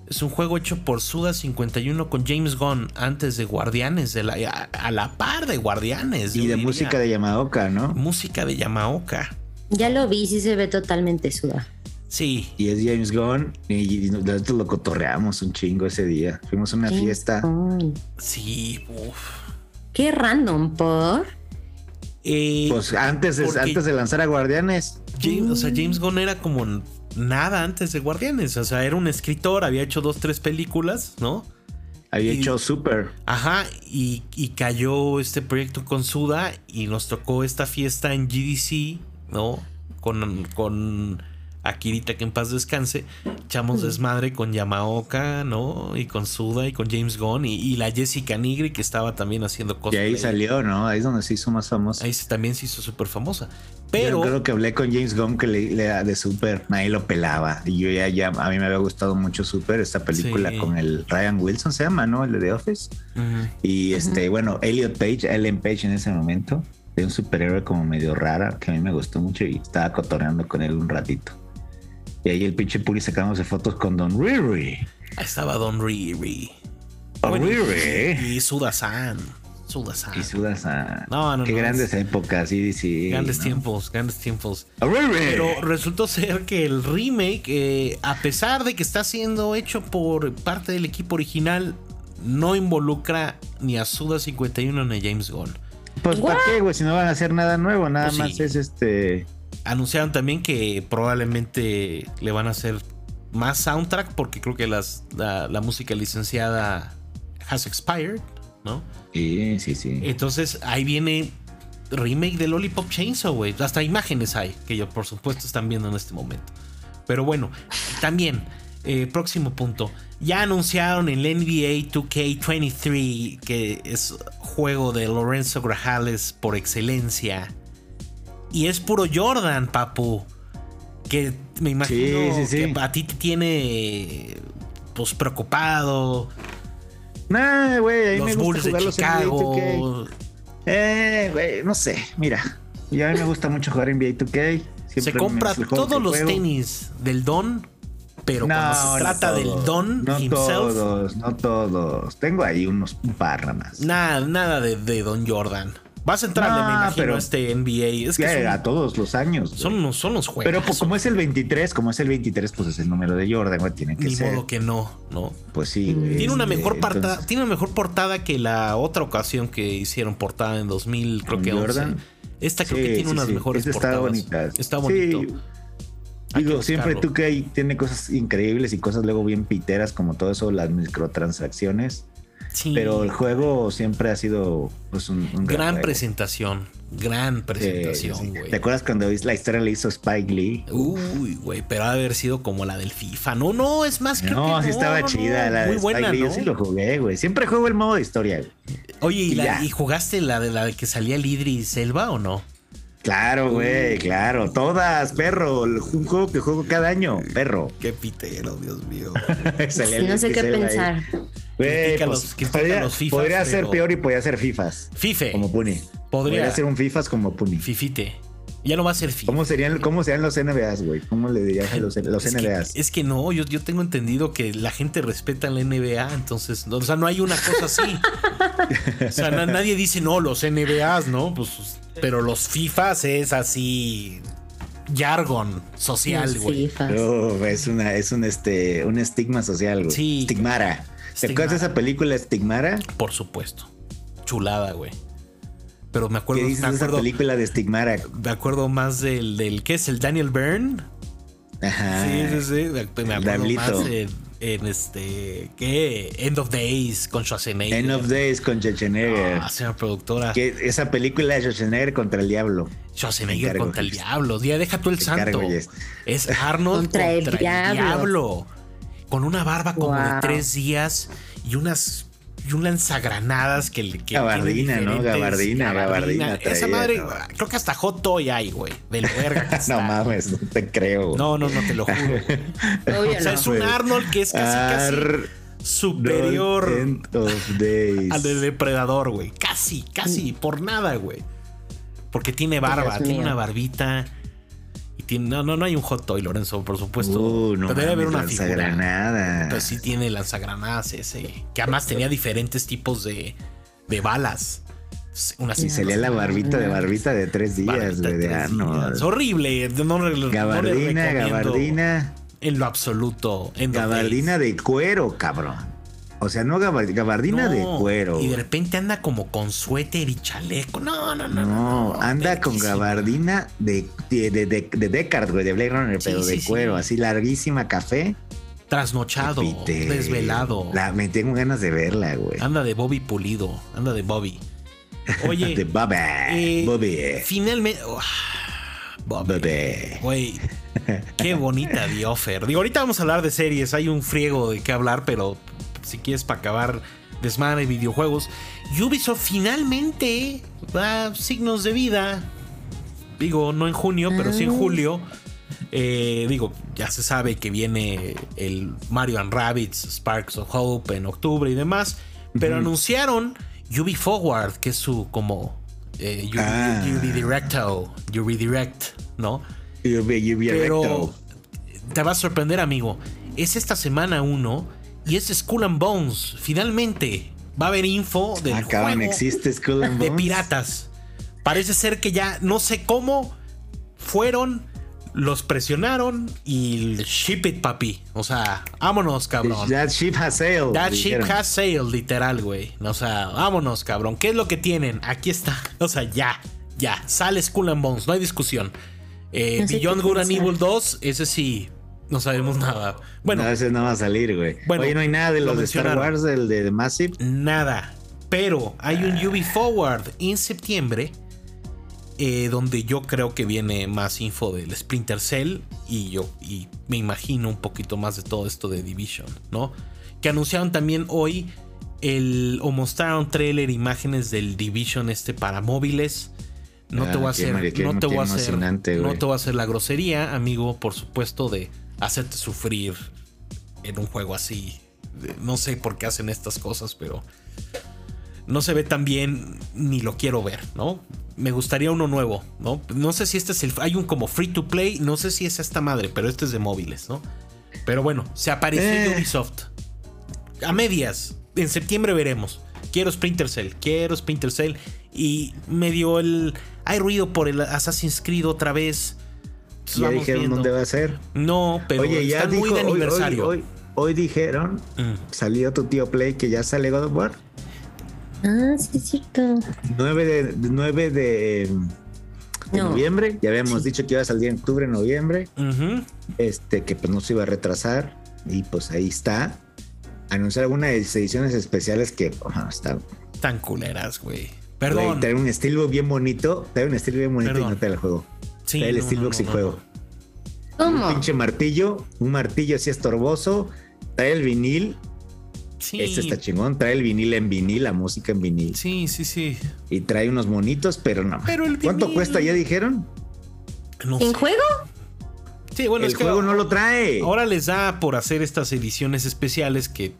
Speaker 1: Es un juego hecho por Suda51 con James Gunn antes de Guardianes, de la, a, a la par de Guardianes.
Speaker 2: Y
Speaker 1: yo
Speaker 2: de
Speaker 1: diría.
Speaker 2: música de Yamaoka, ¿no?
Speaker 1: Música de Yamaoka.
Speaker 3: Ya lo vi, sí se ve totalmente suda.
Speaker 1: Sí.
Speaker 2: Y es James Gunn. Y y nosotros lo cotorreamos un chingo ese día. Fuimos a una
Speaker 3: James
Speaker 2: fiesta.
Speaker 3: Bond.
Speaker 1: Sí, uf.
Speaker 3: Qué random, por.
Speaker 1: Eh,
Speaker 2: Pues antes de,
Speaker 1: Porque-
Speaker 2: antes de lanzar a Guardianes.
Speaker 1: James, o sea, James Gunn era como n- nada antes de Guardianes. O sea, era un escritor, había hecho dos, tres películas, ¿no?
Speaker 2: Había
Speaker 1: Y-
Speaker 2: hecho Super.
Speaker 1: Ajá, y, y cayó este proyecto con Suda y nos tocó esta fiesta en GDC, ¿no? Con, con Akirita, que en paz descanse.
Speaker 2: Mm.
Speaker 1: Echamos desmadre con Yamaoka, ¿no? Y con Suda y con James Gunn y, y la Jessica Nigri, que estaba también haciendo
Speaker 2: Y
Speaker 1: cosas.
Speaker 2: ahí salió, ¿no? Ahí es donde se hizo más famoso.
Speaker 1: Ahí se- también se hizo súper famosa.
Speaker 2: Yo
Speaker 1: Pero
Speaker 2: creo que hablé con James Gunn que le, le- de Super, nadie lo pelaba. Y yo ya, ya, a mí me había gustado mucho Super, esta película
Speaker 1: Sí.
Speaker 2: con el Ryan Wilson, se llama, ¿no? El de The Office.
Speaker 1: Ujú.
Speaker 2: Y
Speaker 3: Ujú.
Speaker 2: este, bueno, Elliot Page, Ellen Page en ese momento, de un superhéroe como medio rara, que a mí me gustó mucho y estaba cotorreando con él un ratito. Y ahí el pinche Puri sacándose fotos con Don Riri.
Speaker 1: Ahí estaba Don Riri.
Speaker 2: Don
Speaker 1: Bueno,
Speaker 2: Riri.
Speaker 1: Y Sudasan. Sudasan.
Speaker 2: Y sudas a...
Speaker 1: No, no,
Speaker 2: Qué
Speaker 1: no,
Speaker 2: grandes
Speaker 1: es-
Speaker 2: épocas, sí, sí.
Speaker 1: Grandes
Speaker 2: ¿no?
Speaker 1: tiempos, grandes tiempos.
Speaker 2: Don Riri.
Speaker 1: Pero resultó ser que el remake, eh, a pesar de que está siendo hecho por parte del equipo original, no involucra ni a Suda51 ni a James Gunn.
Speaker 2: Pues ¿para qué, güey? Si no van a hacer nada nuevo, nada
Speaker 1: Pues,
Speaker 2: más
Speaker 1: sí.
Speaker 2: es este.
Speaker 1: Anunciaron también que probablemente le van a hacer más soundtrack porque creo que las, la, la música licenciada has expired, ¿no?
Speaker 2: Sí, sí, sí.
Speaker 1: Entonces ahí viene remake de Lollipop Chainsaw, güey. Hasta imágenes hay que yo por supuesto están viendo en este momento. Pero bueno, también eh, próximo punto. Ya anunciaron el NBA 2K23 que es juego de Lorenzo Grajales por excelencia y es puro Jordan, papu. Que me imagino
Speaker 2: Sí, sí, sí.
Speaker 1: que a ti te tiene pues preocupado.
Speaker 2: Nah, güey, ahí me
Speaker 1: los
Speaker 2: gusta
Speaker 1: Bulls de
Speaker 2: jugar los NBA
Speaker 1: Chicago.
Speaker 2: 2K. Eh, güey, no sé, mira. Y a mí me gusta mucho jugar NBA 2K. Siempre
Speaker 1: se compra
Speaker 2: me- es el juego
Speaker 1: todos
Speaker 2: que
Speaker 1: los
Speaker 2: juego.
Speaker 1: tenis del Don, pero
Speaker 2: No,
Speaker 1: cuando se
Speaker 2: no
Speaker 1: trata del
Speaker 2: todos,
Speaker 1: Don
Speaker 2: no
Speaker 1: himself,
Speaker 2: todos, no todos. Tengo ahí unos un par nada más.
Speaker 1: nada, nada de, de Don Jordan. Vas a entrarle,
Speaker 2: No,
Speaker 1: me imagino,
Speaker 2: pero-
Speaker 1: a este NBA. Es que
Speaker 2: Ya,
Speaker 1: son,
Speaker 2: a todos los años. güey.
Speaker 1: son, unos- son los juegos.
Speaker 2: Pero pues, como es el 23, como es el 23, pues es el número de Jordan, güey, tiene que
Speaker 1: ni
Speaker 2: ser.
Speaker 1: modo que no, ¿no?
Speaker 2: Pues sí, güey.
Speaker 1: Tiene una
Speaker 2: este,
Speaker 1: mejor portada,
Speaker 2: entonces-
Speaker 1: tiene una mejor portada que la otra ocasión que hicieron portada en 2000, creo
Speaker 2: ¿Con
Speaker 1: que 11.
Speaker 2: Jordan?
Speaker 1: Esta creo
Speaker 2: Sí,
Speaker 1: que tiene
Speaker 2: sí,
Speaker 1: unas
Speaker 2: sí.
Speaker 1: mejores
Speaker 2: Esta está
Speaker 1: portadas.
Speaker 2: bonita.
Speaker 1: Está
Speaker 2: Sí.
Speaker 1: bonito. Hay
Speaker 2: Digo,
Speaker 1: que
Speaker 2: siempre
Speaker 1: buscarlo.
Speaker 2: tú que tiene cosas increíbles y cosas luego bien piteras, como todo eso, las microtransacciones.
Speaker 1: Sí.
Speaker 2: Pero el juego siempre ha sido pues, un, un
Speaker 1: gran
Speaker 2: juego.
Speaker 1: presentación, gran
Speaker 2: Sí, sí.
Speaker 1: presentación, güey.
Speaker 2: ¿Te acuerdas cuando la historia le hizo Spike Lee?
Speaker 1: Uy, güey, pero ha de haber sido como la del FIFA. No, no, es más creo que.
Speaker 2: No, sí estaba
Speaker 1: no,
Speaker 2: chida la
Speaker 1: Muy
Speaker 2: de
Speaker 1: buena,
Speaker 2: Spike Lee.
Speaker 1: ¿no?
Speaker 2: Yo sí lo jugué, güey. Siempre juego el modo de historia. güey.
Speaker 1: Oye, ¿y,
Speaker 2: Y
Speaker 1: la-
Speaker 2: ya.
Speaker 1: y jugaste la de la de que salía el Idris Elba o no?
Speaker 2: Claro, güey, claro. Todas, perro. El- Un juego que juego cada año, perro.
Speaker 1: Qué pitero, Dios mío.
Speaker 2: Salía
Speaker 3: Sí, no
Speaker 2: el
Speaker 3: sé qué
Speaker 2: Pixel ahí.
Speaker 3: pensar.
Speaker 2: Güey,
Speaker 1: Critica
Speaker 2: pues,
Speaker 1: los- critica
Speaker 2: podría
Speaker 1: los Fifas,
Speaker 2: podría ser
Speaker 1: pero-
Speaker 2: peor y podría ser FIFAs.
Speaker 1: Fife.
Speaker 2: Como Puni. Podría
Speaker 1: Podría
Speaker 2: ser un FIFAs como Puni.
Speaker 1: Fifite. Ya no va a ser FIFA.
Speaker 2: ¿Cómo serían, ¿Cómo serían los NBAs, güey? ¿Cómo le dirías a los, los
Speaker 1: es
Speaker 2: NBAs?
Speaker 1: Que, es que no, yo, yo tengo entendido que la gente respeta la NBA, entonces, no, o sea, no hay una cosa así. o sea, na- nadie dice, no, los NBAs, ¿no? Pues, pero los FIFAs es así, jargon social,
Speaker 3: Los
Speaker 1: güey.
Speaker 3: fifas.
Speaker 2: Uf, es una, es un este, un estigma social, güey.
Speaker 1: Sí.
Speaker 2: Estigmara. ¿Te
Speaker 1: Stigmara.
Speaker 2: acuerdas de esa película Estigmara?
Speaker 1: Por supuesto. Chulada, güey. Pero me
Speaker 2: ¿Qué
Speaker 1: acuerdo, me
Speaker 2: dices de esa
Speaker 1: acuerdo,
Speaker 2: película de Estigmara?
Speaker 1: me acuerdo más del, del, ¿qué es? ¿El Daniel Byrne?
Speaker 2: Ajá.
Speaker 1: Sí, sí, sí. Me me acuerdo
Speaker 2: Ah, Diablito.
Speaker 1: más en, en este. ¿Qué? End of Days con Schwarzenegger.
Speaker 2: End of Days con Schwarzenegger.
Speaker 1: Ah, señora productora.
Speaker 2: Que esa película de Schwarzenegger contra el diablo. Te
Speaker 1: Schwarzenegger
Speaker 2: encargo,
Speaker 1: contra el
Speaker 2: Jess.
Speaker 1: diablo. Ya deja tú el
Speaker 2: Te
Speaker 1: santo.
Speaker 2: encargo, Jess.
Speaker 1: Es Arnold contra, el, diablo. Con una barba como de
Speaker 3: Wow.
Speaker 1: tres días y unas. Y un lanzagranadas que le que
Speaker 2: Gabardina,
Speaker 1: tiene
Speaker 2: ¿no?
Speaker 1: diferentes-
Speaker 2: Gabardina, gabardina
Speaker 1: Esa
Speaker 2: traía,
Speaker 1: madre,
Speaker 2: no.
Speaker 1: creo que hasta hot toy hay, güey. De lo verga que está.
Speaker 2: No mames, no te creo.
Speaker 1: No, no, no te lo juro. güey.
Speaker 3: Obvio
Speaker 1: O sea,
Speaker 3: no.
Speaker 1: es un
Speaker 2: Pues,
Speaker 1: Arnold que es casi, casi
Speaker 2: Arnold
Speaker 1: superior
Speaker 2: End of Days.
Speaker 1: al de Depredador, güey. Casi, casi, por nada, güey. Porque tiene barba,
Speaker 3: Dios
Speaker 1: tiene
Speaker 3: mío.
Speaker 1: una barbita. Y tiene, no, no, no hay un hot toy, Lorenzo, por supuesto.
Speaker 2: Uh, no
Speaker 1: Pero debe haber
Speaker 2: mames,
Speaker 1: una figura.
Speaker 2: lanzagranadas.
Speaker 1: Pero sí tiene lanzagranadas ese. Que además tenía diferentes tipos de, de balas. Pues, Una
Speaker 2: Y salía la barbita de barbita de tres días, güey, de Arnold.
Speaker 1: Es horrible. No, no le- no le
Speaker 2: Gabardina,
Speaker 1: recomiendo
Speaker 2: gabardina,
Speaker 1: En lo absoluto. En donde-
Speaker 2: gabardina de cuero, cabrón. O sea, no gabar- gabardina
Speaker 1: No,
Speaker 2: de cuero.
Speaker 1: Y de
Speaker 2: güey.
Speaker 1: repente anda como con suéter y chaleco. No, no, no.
Speaker 2: No, anda con
Speaker 1: verguísima.
Speaker 2: gabardina de, de, de, de, de Deckard, güey, de Blade Runner,
Speaker 1: Sí,
Speaker 2: pero
Speaker 1: sí,
Speaker 2: de
Speaker 1: sí.
Speaker 2: cuero, así larguísima, café.
Speaker 1: Trasnochado,
Speaker 2: Pite.
Speaker 1: desvelado.
Speaker 2: La, me tengo ganas de verla, güey.
Speaker 1: Anda de Bobby pulido. Anda de Bobby. Oye,
Speaker 2: De Bobby.
Speaker 1: eh,
Speaker 2: Bobby.
Speaker 1: finalmente. Uah, Bobby.
Speaker 2: Bobby.
Speaker 1: Güey, qué bonita The Offer. Digo, ahorita vamos a hablar de series, hay un friego de qué hablar, pero si quieres para acabar desmadre videojuegos, Ubisoft finalmente da signos de vida. Digo, no en junio, pero sí en
Speaker 3: Ah.
Speaker 1: julio. Eh, digo, ya se sabe que viene el Mario and Rabbits, Sparks of Hope en octubre y demás. Pero anunciaron Ubi Forward, que es su como eh, Ubi,
Speaker 2: Ah.
Speaker 1: Ubi Directo, Ubi Direct, ¿no?
Speaker 2: Bobby, Bobby
Speaker 1: Pero
Speaker 2: Recto.
Speaker 1: te va a sorprender, amigo. Es esta semana 1 y es Skull and Bones. Finalmente va a haber info del
Speaker 2: Ah, cabrón,
Speaker 1: juego
Speaker 2: existe Skull and
Speaker 1: de
Speaker 2: Bones.
Speaker 1: piratas. Parece ser que ya no sé cómo fueron, los presionaron y ship it, papi. O sea, vámonos, cabrón.
Speaker 2: That ship has sailed.
Speaker 1: That ship
Speaker 2: dijeron.
Speaker 1: has sailed, literal, güey. O sea, vámonos, cabrón. ¿Qué es lo que tienen? Aquí está. O sea, ya, ya. Sale Skull and Bones, no hay discusión. Eh,
Speaker 3: No sé
Speaker 1: Beyond
Speaker 3: qué
Speaker 1: Good and
Speaker 3: pensar.
Speaker 1: Evil 2, ese sí, no sabemos nada. Bueno,
Speaker 2: No, ese no va a salir, güey.
Speaker 1: Bueno,
Speaker 2: Oye, no hay nada de
Speaker 1: lo
Speaker 2: los de Star
Speaker 1: mencionaron.
Speaker 2: Wars, del de Massive.
Speaker 1: nada. Pero hay un UB Forward en septiembre, eh, donde yo creo que viene más info del Splinter Cell y yo y me imagino un poquito más de todo esto de Division, ¿no? Que anunciaron también hoy el o mostraron trailer imágenes del Division este para móviles. No
Speaker 2: Ah,
Speaker 1: te voy a
Speaker 2: qué
Speaker 1: hacer,
Speaker 2: mari- qué
Speaker 1: no te
Speaker 2: emo- qué
Speaker 1: voy a hacer,
Speaker 2: emocionante,
Speaker 1: no
Speaker 2: güey.
Speaker 1: te voy a hacer la grosería, amigo, por supuesto de hacerte sufrir en un juego así. De- No sé por qué hacen estas cosas, pero no se ve tan bien ni lo quiero ver, ¿no? Me gustaría uno nuevo, ¿no? No sé si este es el. Hay un como free to play, no sé si es esta madre, pero este es de móviles, ¿no? Pero bueno, se apareció
Speaker 2: Eh.
Speaker 1: Ubisoft. A medias. En septiembre veremos. Quiero Splinter Cell, quiero Splinter Cell. Y medio el. Hay ruido por el Assassin's Creed otra vez. Entonces,
Speaker 2: Ya
Speaker 1: vamos
Speaker 2: dijeron
Speaker 1: viendo.
Speaker 2: dónde va a ser.
Speaker 1: No, pero
Speaker 2: Oye, ya
Speaker 1: están
Speaker 2: dijo,
Speaker 1: muy de
Speaker 2: hoy- hoy,
Speaker 1: aniversario.
Speaker 2: Hoy, hoy dijeron,
Speaker 1: Mm.
Speaker 2: salió tu tío Play que ya sale God of War.
Speaker 3: Ah, sí, es cierto.
Speaker 2: 9 de, 9 de, eh, de
Speaker 3: No.
Speaker 2: noviembre. Ya habíamos dicho que iba a salir en octubre, noviembre.
Speaker 1: Mm, Ujú.
Speaker 2: Este, que pues no se iba a retrasar. Y pues ahí está. Anunciar algunas ediciones especiales que bueno, está.
Speaker 1: Tan culeras, güey.
Speaker 2: güey,
Speaker 1: Perdón.
Speaker 2: Trae un estilo bien bonito. Trae un estilo bien bonito
Speaker 1: Perdón.
Speaker 2: y no te la juego.
Speaker 1: Sí,
Speaker 2: trae el
Speaker 1: no, no,
Speaker 2: Steelbook
Speaker 1: no,
Speaker 2: sin
Speaker 1: no.
Speaker 2: juego. Un
Speaker 3: ¿Cómo?
Speaker 2: pinche martillo, un martillo así estorboso, trae el vinil,
Speaker 1: Sí.
Speaker 2: este está chingón, trae el vinil en vinil, la música en vinil,
Speaker 1: sí, sí, sí.
Speaker 2: y trae unos monitos, pero no.
Speaker 1: Pero el
Speaker 2: ¿Cuánto
Speaker 1: vinil-
Speaker 2: cuesta? ¿Ya dijeron?
Speaker 1: No
Speaker 3: ¿En
Speaker 1: sé.
Speaker 3: juego?
Speaker 1: Sí, bueno,
Speaker 2: el
Speaker 1: es que
Speaker 2: juego no lo trae.
Speaker 1: ahora les da por hacer estas ediciones especiales que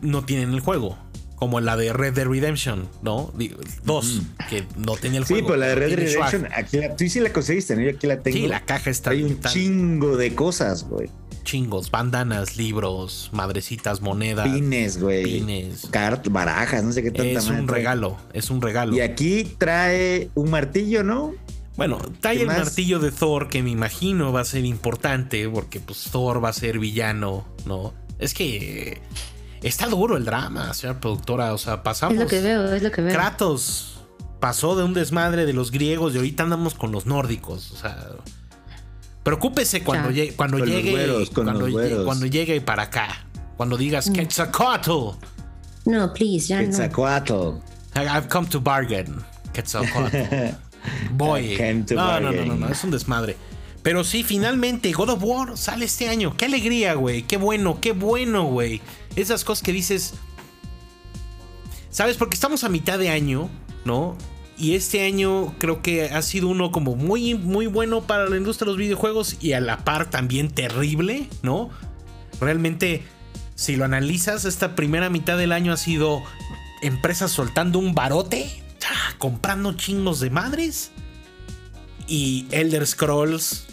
Speaker 1: no tienen el juego. como la de Red Dead Redemption, ¿no? Di- Dos, que no tenía el
Speaker 2: Sí,
Speaker 1: juego.
Speaker 2: pero la de Red Dead
Speaker 1: tiene swag.
Speaker 2: Redemption, aquí la, tú sí la conseguiste, ¿no? Yo aquí la tengo.
Speaker 1: Sí, la caja está
Speaker 2: Hay un
Speaker 1: está-
Speaker 2: chingo de cosas, güey.
Speaker 1: chingos, bandanas, libros, madrecitas, monedas,
Speaker 2: Pines, güey.
Speaker 1: pines.
Speaker 2: Cartas, barajas, no sé qué tanta
Speaker 1: Es
Speaker 2: madre
Speaker 1: un
Speaker 2: trae.
Speaker 1: regalo, es un regalo.
Speaker 2: Y aquí trae un martillo, ¿no?
Speaker 1: Bueno, trae
Speaker 2: ¿Qué
Speaker 1: el
Speaker 2: más?
Speaker 1: martillo de Thor, que me imagino va a ser importante, porque pues Thor va a ser villano, ¿no? Es que eh, está duro el drama, señora productora. O sea, pasamos.
Speaker 3: Es lo que veo, es lo que veo.
Speaker 1: Kratos pasó de un desmadre de los griegos y ahorita andamos con los nórdicos. O sea, preocúpese cuando,
Speaker 3: Ya.
Speaker 1: llegue, cuando
Speaker 2: Con los
Speaker 1: llegue,
Speaker 2: güeros, con
Speaker 1: cuando,
Speaker 2: los
Speaker 1: llegue-
Speaker 2: güeros.
Speaker 1: cuando llegue para acá. Cuando digas Quetzalcoatl,
Speaker 3: No, please, ya no.
Speaker 2: Quetzalcoatl.
Speaker 1: I've come to bargain. Quetzalcoatl. Boy.
Speaker 2: I came to
Speaker 1: No, no, no,
Speaker 2: bargain.
Speaker 1: no, no, es un desmadre. Pero sí, finalmente, God of War sale este año. Qué alegría, güey. Qué bueno, qué bueno, güey. Esas cosas que dices. ¿Sabes? Porque estamos a mitad de año, ¿no? Y este año creo que ha sido uno como muy, muy bueno para la industria de los videojuegos y a la par también terrible, ¿no? Realmente, si lo analizas, esta primera mitad del año ha sido empresas soltando un barote, ¡ah! comprando chingos de madres y Elder Scrolls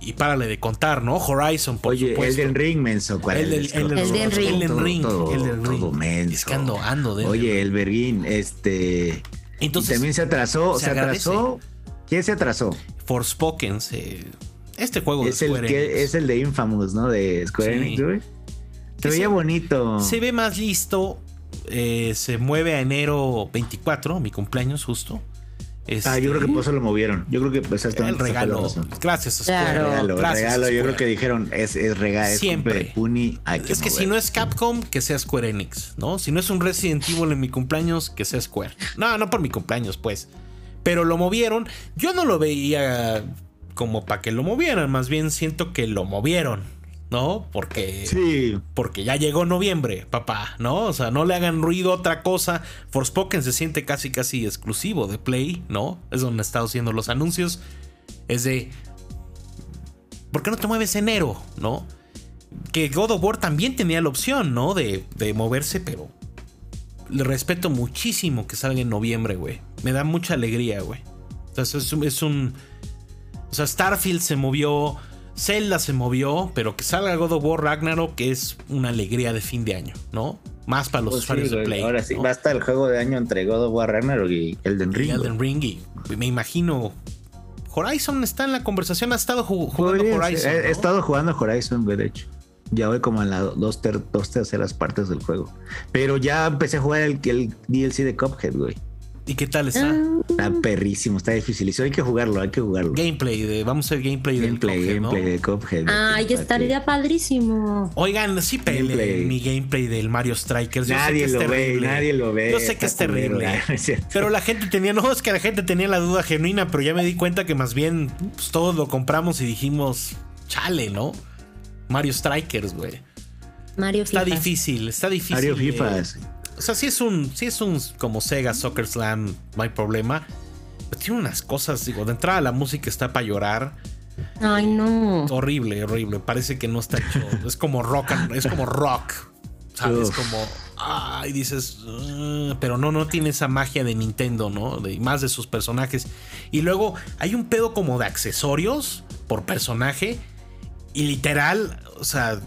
Speaker 1: y párale de contar, ¿no? Horizon, por
Speaker 2: Oye,
Speaker 1: supuesto.
Speaker 2: Elden Ring, menso. ¿cuál
Speaker 1: Elden-
Speaker 2: es?
Speaker 1: Elden-
Speaker 3: Elden
Speaker 2: Todo-
Speaker 3: Ring.
Speaker 1: Elden
Speaker 2: todo-
Speaker 1: Ring,
Speaker 2: todo-
Speaker 1: Elden
Speaker 2: todo
Speaker 1: Ring.
Speaker 2: menso.
Speaker 1: Es que ando- ando de Elden
Speaker 2: Oye, Elden Ring, este...
Speaker 1: Entonces,
Speaker 2: y también se atrasó,
Speaker 1: se
Speaker 2: se, atrasó. ¿Quién se atrasó?
Speaker 1: Forspoken se- Este juego
Speaker 2: Es
Speaker 1: de
Speaker 2: el,
Speaker 1: Square Enix
Speaker 2: que, es el de Infamous, ¿no? De Square
Speaker 1: Sí.
Speaker 2: Enix, güey.
Speaker 1: Que
Speaker 2: Se veía
Speaker 1: se-
Speaker 2: bonito.
Speaker 1: se ve más listo. eh, se mueve a enero 24, mi cumpleaños justo. Este,
Speaker 2: Ah, yo creo que por eso lo movieron. Yo creo que pues, exactamente
Speaker 1: el
Speaker 2: esa fue la
Speaker 1: regalo.
Speaker 2: razón.
Speaker 1: Gracias, Square.
Speaker 3: Claro.
Speaker 2: Regalo,
Speaker 1: Gracias,
Speaker 2: regalo. Yo
Speaker 1: Square.
Speaker 2: creo que dijeron, es, es regalo.
Speaker 1: Siempre.
Speaker 2: Es, Puni, hay
Speaker 1: Es que si no
Speaker 2: mover.
Speaker 1: es Capcom, que sea Square Enix, ¿no? Si no es un Resident Evil en mi cumpleaños, que sea Square. No, no por mi cumpleaños, pues. Pero lo movieron. Yo no lo veía como para que lo movieran. Más bien siento que lo movieron, ¿no? Porque.
Speaker 2: Sí,
Speaker 1: porque ya llegó noviembre, papá, ¿no? O sea, no le hagan ruido a otra cosa. Forspoken se siente casi casi exclusivo de Play, ¿no? Es donde han estado haciendo los anuncios. Es de ¿Por qué no te mueves enero, no? Que God of War también tenía la opción, ¿no? De, de moverse, pero le respeto muchísimo que salga en noviembre, güey. Me da mucha alegría, güey. Entonces es un, es un- O sea, Starfield se movió, Zelda se movió, pero que salga God of War Ragnarok que es una alegría de fin de año, ¿no? Más para los
Speaker 2: Pues sí,
Speaker 1: usuarios de
Speaker 2: güey,
Speaker 1: Play.
Speaker 2: Ahora sí,
Speaker 1: ¿no?
Speaker 2: basta el juego de año entre God of War Ragnarok y Elden
Speaker 1: Y
Speaker 2: Ring. güey.
Speaker 1: Elden Ring y me imagino... Horizon está en la conversación, ha estado ju- jugando
Speaker 2: Podría ser. eh,
Speaker 1: Horizon.
Speaker 2: He, he
Speaker 1: ¿no?
Speaker 2: estado jugando Horizon, güey, de hecho. Ya voy como en las dos, ter- dos terceras partes del juego. Pero ya empecé a jugar el, el DLC de Cuphead, güey.
Speaker 1: ¿Y qué tal está?
Speaker 3: Ah,
Speaker 2: Está
Speaker 1: Mm.
Speaker 2: perrísimo, está difícil. hay que jugarlo, hay que jugarlo.
Speaker 1: Gameplay, de, vamos a hacer gameplay, del
Speaker 2: gameplay,
Speaker 1: Cuphead, ¿no?
Speaker 2: gameplay de Cuphead.
Speaker 3: Ay,
Speaker 2: Para que-
Speaker 3: ya estaría padrísimo.
Speaker 1: Oigan, sí pele
Speaker 2: Gameplay.
Speaker 1: mi gameplay del Mario Strikers. Yo sé que
Speaker 2: Nadie
Speaker 1: es
Speaker 2: lo ve,
Speaker 1: terrible.
Speaker 2: nadie lo ve.
Speaker 1: Yo sé que es
Speaker 2: está culero,
Speaker 1: terrible.
Speaker 2: ¿verdad? Es cierto.
Speaker 1: Pero la gente tenía, no, es que la gente tenía la duda genuina, pero ya me di cuenta que más bien pues, todos lo compramos y dijimos, chale, ¿no? Mario Strikers, güey.
Speaker 3: Mario
Speaker 1: Está
Speaker 3: Fifas.
Speaker 1: difícil, está difícil.
Speaker 2: Mario
Speaker 1: eh,
Speaker 2: Fifas.
Speaker 1: O sea, sí es un, sí es un como Sega Soccer Slam, no hay problema. Pero tiene unas cosas, digo, de entrada la música está para llorar.
Speaker 3: Ay, no.
Speaker 1: Horrible, horrible. Parece que no está hecho. Es como rock, and- es como rock. ¿Sabes?
Speaker 2: Uf.
Speaker 1: Como. Ay, dices. "Ah", pero no, no tiene esa magia de Nintendo, ¿no? De, y más de sus personajes. Y luego hay un pedo como de accesorios por personaje. Y literal, o sea.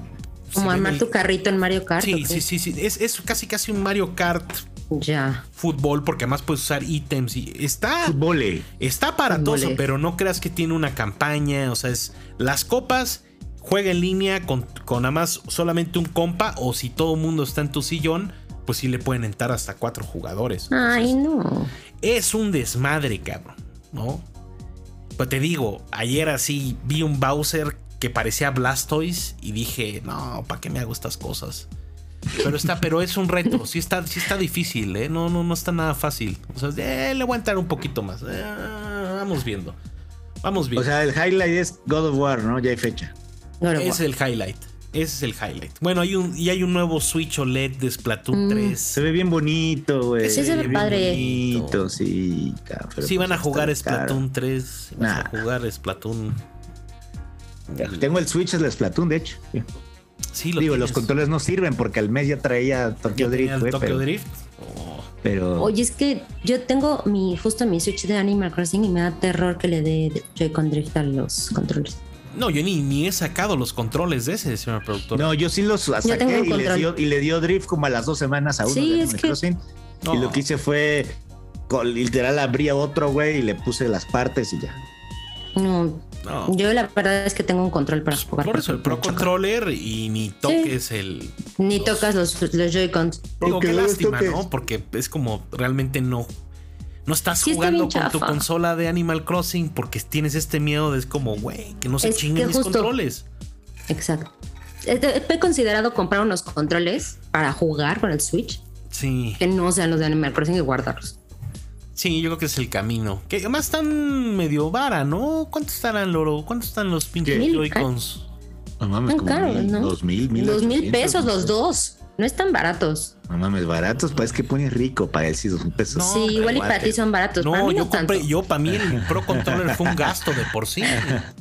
Speaker 1: se
Speaker 3: Como
Speaker 1: ve en
Speaker 3: armar
Speaker 1: el-
Speaker 3: tu carrito en Mario Kart. ¿o
Speaker 1: Sí,
Speaker 3: qué?
Speaker 1: sí, sí, sí. Es, es casi casi un Mario Kart
Speaker 3: Ya.
Speaker 1: fútbol. Porque además puedes usar ítems. Y está.
Speaker 2: Fútbol. eh.
Speaker 1: Está aparatoso,
Speaker 3: Mole.
Speaker 1: pero no creas que tiene una campaña. O sea, es las copas, juega en línea con, con nada más solamente un compa. O si todo el mundo está en tu sillón, pues sí le pueden entrar hasta cuatro jugadores.
Speaker 3: Ay, no.
Speaker 1: Es un desmadre, cabrón, ¿no? Pero te digo, ayer así vi un Bowser que parecía Blastoise y dije, no, ¿para qué me hago estas cosas? Pero está, pero es un reto, sí está, sí está difícil, ¿eh? No, no, no está nada fácil. O sea, eh, le voy a entrar un poquito más. Eh, vamos viendo. Vamos
Speaker 2: O
Speaker 1: viendo.
Speaker 2: sea, el highlight es God of War, ¿no? Ya hay fecha.
Speaker 3: No lo
Speaker 1: Ese es el highlight. Ese es el highlight. Bueno, hay un, y hay un nuevo Switch OLED de Splatoon
Speaker 3: Mm.
Speaker 1: 3.
Speaker 2: Se ve bien bonito, güey.
Speaker 3: Sí, se ve
Speaker 2: bien
Speaker 3: padre.
Speaker 2: Bonito, sí. cabrón, pero
Speaker 1: Sí, van a
Speaker 2: pues
Speaker 1: jugar
Speaker 2: está caro.
Speaker 1: Splatoon 3. sí Vas a
Speaker 2: Nah.
Speaker 1: jugar Splatoon.
Speaker 2: Tengo el Switch es el Splatoon, de hecho.
Speaker 1: Sí,
Speaker 2: Digo, los
Speaker 1: tienes.
Speaker 2: controles no sirven porque al mes ya traía Tokyo
Speaker 1: Ya tenía
Speaker 2: Drift,
Speaker 1: el
Speaker 2: güey.
Speaker 1: Tokyo
Speaker 2: pero-
Speaker 1: Drift. Oh.
Speaker 2: Pero
Speaker 3: Oye, es que yo tengo mi justo mi Switch de Animal Crossing y me da terror que le dé Joy-Con Drift a los controles.
Speaker 1: No, yo ni, ni he sacado los controles de ese, señor productor.
Speaker 2: no, yo sí los saqué
Speaker 3: tengo un
Speaker 2: y, le
Speaker 3: control.
Speaker 2: dio, y le dio drift como a las dos semanas a uno
Speaker 3: Sí,
Speaker 2: de
Speaker 3: es
Speaker 2: Animal
Speaker 3: que-
Speaker 2: Crossing.
Speaker 1: No.
Speaker 2: Y lo que hice fue, con- literal, abría otro, güey, y le puse las partes y ya.
Speaker 3: No,
Speaker 1: No.
Speaker 3: yo la verdad es que tengo un control para
Speaker 1: Pues,
Speaker 3: jugar.
Speaker 1: por eso, el Pro
Speaker 3: Me choca.
Speaker 1: Controller y ni toques el.
Speaker 3: Ni tocas los, los Joy-Cons.
Speaker 1: Digo,
Speaker 2: Aunque
Speaker 1: qué
Speaker 2: no los
Speaker 1: lástima,
Speaker 2: toques.
Speaker 1: ¿no? Porque es como realmente no. No estás
Speaker 3: Sí, está
Speaker 1: jugando
Speaker 3: bien
Speaker 1: con tu
Speaker 3: chafa.
Speaker 1: consola de Animal Crossing porque tienes este miedo de es como, güey, que no se
Speaker 3: Es que
Speaker 1: chinguen mis
Speaker 3: justo-
Speaker 1: controles.
Speaker 3: Exacto. Este, He considerado comprar unos controles para jugar con el Switch
Speaker 1: Sí,
Speaker 3: que no sean los de Animal Crossing y guardarlos.
Speaker 1: sí, yo creo que es el camino. Que además están medio vara, ¿no? ¿Cuánto estarán, Loro? ¿Cuánto están los pinches
Speaker 3: Mil,
Speaker 1: Joy-Cons?
Speaker 2: No mames,
Speaker 3: Tan
Speaker 2: como
Speaker 3: caros,
Speaker 2: mil,
Speaker 3: ¿no?
Speaker 2: dos mil, mil
Speaker 3: Dos mil
Speaker 2: ochocientos,
Speaker 3: pesos
Speaker 2: no
Speaker 3: los
Speaker 2: sé.
Speaker 3: dos. No están baratos.
Speaker 2: No mames, baratos, pues que pones rico para él sí dos mil pesos.
Speaker 1: No,
Speaker 3: sí, igual y para ti son baratos. para
Speaker 1: No,
Speaker 3: mí no
Speaker 1: yo
Speaker 3: tanto.
Speaker 1: compré, yo para mí el Pro Controller fue un gasto de por sí.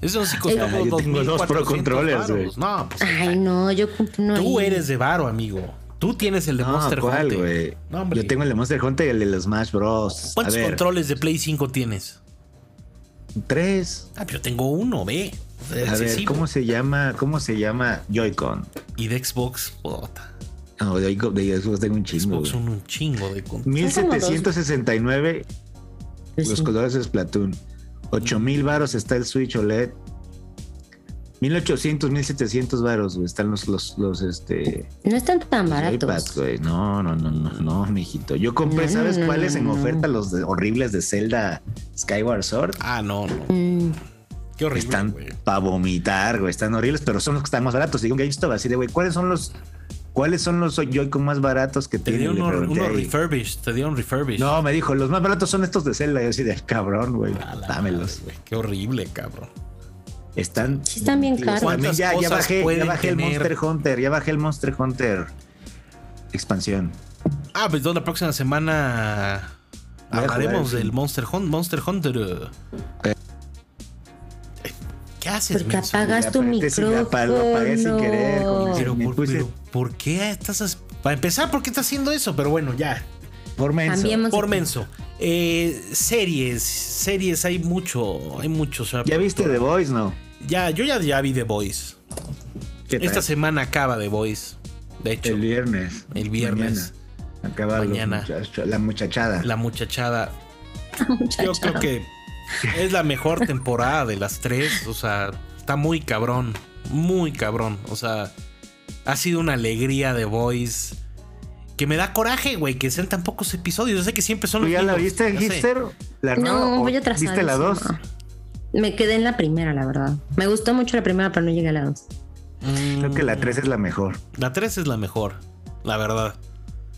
Speaker 1: Eso sí costó
Speaker 2: Ajá, yo
Speaker 1: como
Speaker 2: tengo dos Pro
Speaker 1: 2,400
Speaker 2: Controllers, güey.
Speaker 1: varos. No, pues
Speaker 3: Ay, no, yo compré uno.
Speaker 1: tú
Speaker 3: ahí.
Speaker 1: eres de varo, amigo. Tú tienes el de
Speaker 2: No,
Speaker 1: Monster
Speaker 2: ¿cuál,
Speaker 1: Hunter.
Speaker 2: güey?
Speaker 1: No, hombre.
Speaker 2: Yo tengo el de Monster Hunter y el de los Smash Bros.
Speaker 1: ¿Cuántos
Speaker 2: A ver,
Speaker 1: controles de Play 5 tienes?
Speaker 2: Tres.
Speaker 1: Ah, pero yo tengo uno, ve. Es
Speaker 2: A ver,
Speaker 1: excesivo.
Speaker 2: ¿cómo se llama? ¿Cómo se llama Joy-Con?
Speaker 1: Y de Xbox, puta.
Speaker 2: No, de Joy-Con de Xbox tengo un chingo.
Speaker 1: Xbox
Speaker 2: güey.
Speaker 1: son un chingo de controles.
Speaker 2: 1769
Speaker 3: Pues
Speaker 2: los
Speaker 3: sí.
Speaker 2: colores de Splatoon. 8000 varos está el Switch E OLED. 1800, 1700 varos, güey. Están los, los, los, este.
Speaker 3: No están tan
Speaker 2: Los
Speaker 3: baratos.
Speaker 2: iPads, güey. No, no, no, no, no, mijito. Yo compré,
Speaker 3: No,
Speaker 2: ¿sabes
Speaker 3: no, no,
Speaker 2: cuáles
Speaker 3: no,
Speaker 2: en
Speaker 3: no.
Speaker 2: oferta? Los de- horribles de Zelda Skyward Sword.
Speaker 1: Ah, no, no.
Speaker 3: Mm,
Speaker 1: Qué horrible,
Speaker 2: Están
Speaker 1: güey.
Speaker 2: para vomitar, güey. Están horribles, pero son los que están más baratos. Digo, GameStop, así de, güey, ¿cuáles son los, cuáles son los Joy-Con más baratos que
Speaker 1: Te
Speaker 2: tienen?
Speaker 1: dieron
Speaker 2: Le
Speaker 1: uno,
Speaker 2: pregunté
Speaker 1: uno
Speaker 2: ahí.
Speaker 1: refurbished, te dieron refurbished.
Speaker 2: No, me dijo, los más baratos son estos de Zelda. Yo así de, cabrón, güey,
Speaker 1: A la
Speaker 2: dámelos.
Speaker 1: madre, güey. Qué horrible, cabrón.
Speaker 2: Están...
Speaker 3: Sí, están bien caros.
Speaker 2: También Ya, ya
Speaker 1: ¿Cuántas cosas
Speaker 2: bajé, ya
Speaker 1: pueden
Speaker 2: bajé el
Speaker 1: tener?
Speaker 2: Monster Hunter, ya bajé el Monster Hunter. Expansión.
Speaker 1: Ah, pues entonces la próxima semana
Speaker 2: Voy a
Speaker 1: hablaremos
Speaker 2: jugar,
Speaker 1: del
Speaker 2: sí.
Speaker 1: Monster Hunter. Monster Hunter. eh. ¿Qué haces,
Speaker 3: porque
Speaker 1: menso?
Speaker 3: apagas tu
Speaker 2: apreté sin- lo apagué- lo apagué sin querer, con
Speaker 3: micrófono.
Speaker 2: ese-
Speaker 1: Pero,
Speaker 2: Me
Speaker 1: por,
Speaker 2: puse-
Speaker 1: pero, ¿por qué estás as- Para empezar, ¿por qué estás haciendo eso? Pero bueno, ya.
Speaker 2: Por menso.
Speaker 3: Cambiemos
Speaker 1: Por
Speaker 3: de-
Speaker 1: menso. Eh, series, series, hay mucho, hay mucho. o sea,
Speaker 2: ¿Ya viste The Voice, no?
Speaker 1: Ya, yo ya, ya vi The Voice.
Speaker 2: ¿Qué tal?
Speaker 1: Esta semana acaba The Voice. De hecho,
Speaker 2: El viernes.
Speaker 1: El viernes.
Speaker 2: Mañana. Acaba los
Speaker 1: Mañana.
Speaker 2: muchacho- la muchachada.
Speaker 1: la muchachada Yo
Speaker 3: Muchacha.
Speaker 1: creo que es la mejor temporada de las tres. O sea, está muy cabrón. Muy cabrón. O sea, ha sido una alegría de Voice. Que me da coraje, güey, que sean tan pocos episodios. Yo sé que siempre son
Speaker 2: ¿Tú
Speaker 1: los
Speaker 2: ya la
Speaker 1: mismos,
Speaker 2: viste,
Speaker 1: ya sé.
Speaker 2: Hipster? ¿La nueva
Speaker 3: No,
Speaker 2: o
Speaker 3: voy a trazar.
Speaker 2: ¿Viste la
Speaker 3: eso,
Speaker 2: 2?
Speaker 3: no. Me quedé en la primera, la verdad. Me gustó mucho la primera, pero no llegué a la dos.
Speaker 1: Mm,
Speaker 2: Creo que la 3 es la mejor.
Speaker 1: La tres es la mejor, la verdad.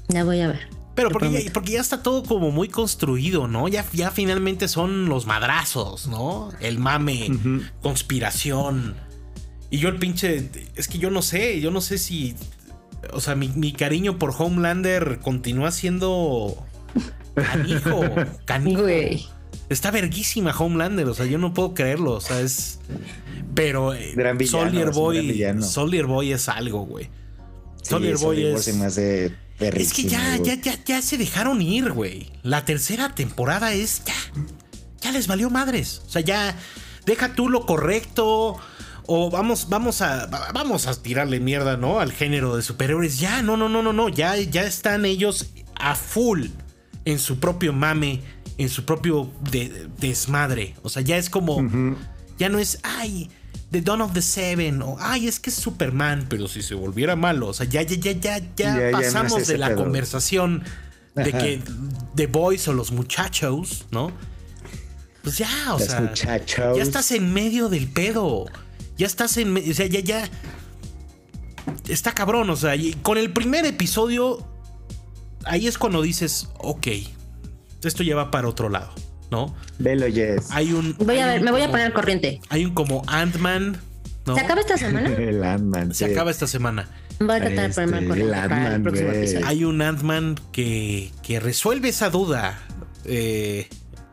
Speaker 3: La voy a ver.
Speaker 1: Pero
Speaker 3: Te
Speaker 1: porque ya,
Speaker 3: prometo.
Speaker 1: porque ya está todo como muy construido, ¿no? Ya, ya finalmente son los madrazos, ¿no? El mame.
Speaker 2: Ujú.
Speaker 1: conspiración. Y yo el pinche... Es que yo no sé, yo no sé si... O sea, mi, mi cariño por Homelander continúa siendo... Canijo, canijo.
Speaker 3: Güey.
Speaker 1: Está verguísima Homelander, o sea, yo no puedo creerlo, o sea, es... Pero eh,
Speaker 2: Gran villano,
Speaker 1: Soldier
Speaker 2: es un gran
Speaker 1: Boy...
Speaker 2: villano.
Speaker 1: Soldier Boy es algo, güey. Soldier
Speaker 2: Sí,
Speaker 1: Boy es...
Speaker 2: se me hace
Speaker 1: Es que
Speaker 2: perrísimo,
Speaker 1: ya,
Speaker 2: güey.
Speaker 1: ya, ya, ya se dejaron ir, güey. La tercera temporada es ya. Ya les valió madres. O sea, ya deja tú lo correcto. O vamos, vamos a, va- vamos a tirarle mierda, ¿no? Al género de superhéroes. Ya, no, no, no, no, no. Ya, ya están ellos a full en su propio mame, en su propio de- desmadre. O sea, ya es como.
Speaker 2: Ujú.
Speaker 1: Ya no es, ay, The Dawn of the Seven, o ay, es que es Superman, pero si se volviera malo, o sea, ya, ya, ya, ya, ya,
Speaker 2: Ya, ya
Speaker 1: pasamos
Speaker 2: no es ese
Speaker 1: de la
Speaker 2: pedo.
Speaker 1: conversación de
Speaker 2: Ajá.
Speaker 1: que The Boys o los muchachos, ¿no? Pues ya, o
Speaker 2: Las
Speaker 1: sea,
Speaker 2: muchachos.
Speaker 1: ya estás en medio del pedo, ya estás en, me- o sea, ya, ya, está cabrón, o sea, y con el primer episodio, ahí es cuando dices, ok, esto ya va para otro lado, ¿no?
Speaker 2: Velo, Jess.
Speaker 1: Hay un...
Speaker 3: Voy a
Speaker 1: hay
Speaker 3: ver,
Speaker 1: un
Speaker 3: me voy a
Speaker 1: como-
Speaker 3: poner al corriente.
Speaker 1: hay un como Ant-Man. ¿no?
Speaker 3: ¿Se acaba esta semana?
Speaker 2: El Ant-Man.
Speaker 1: Se
Speaker 2: sí.
Speaker 1: acaba esta semana.
Speaker 3: Voy a tratar de
Speaker 2: Este,
Speaker 3: ponerme al corriente para
Speaker 2: Landman,
Speaker 3: el próximo
Speaker 2: güey.
Speaker 3: episodio.
Speaker 1: Hay un Ant-Man que, que resuelve esa duda eh,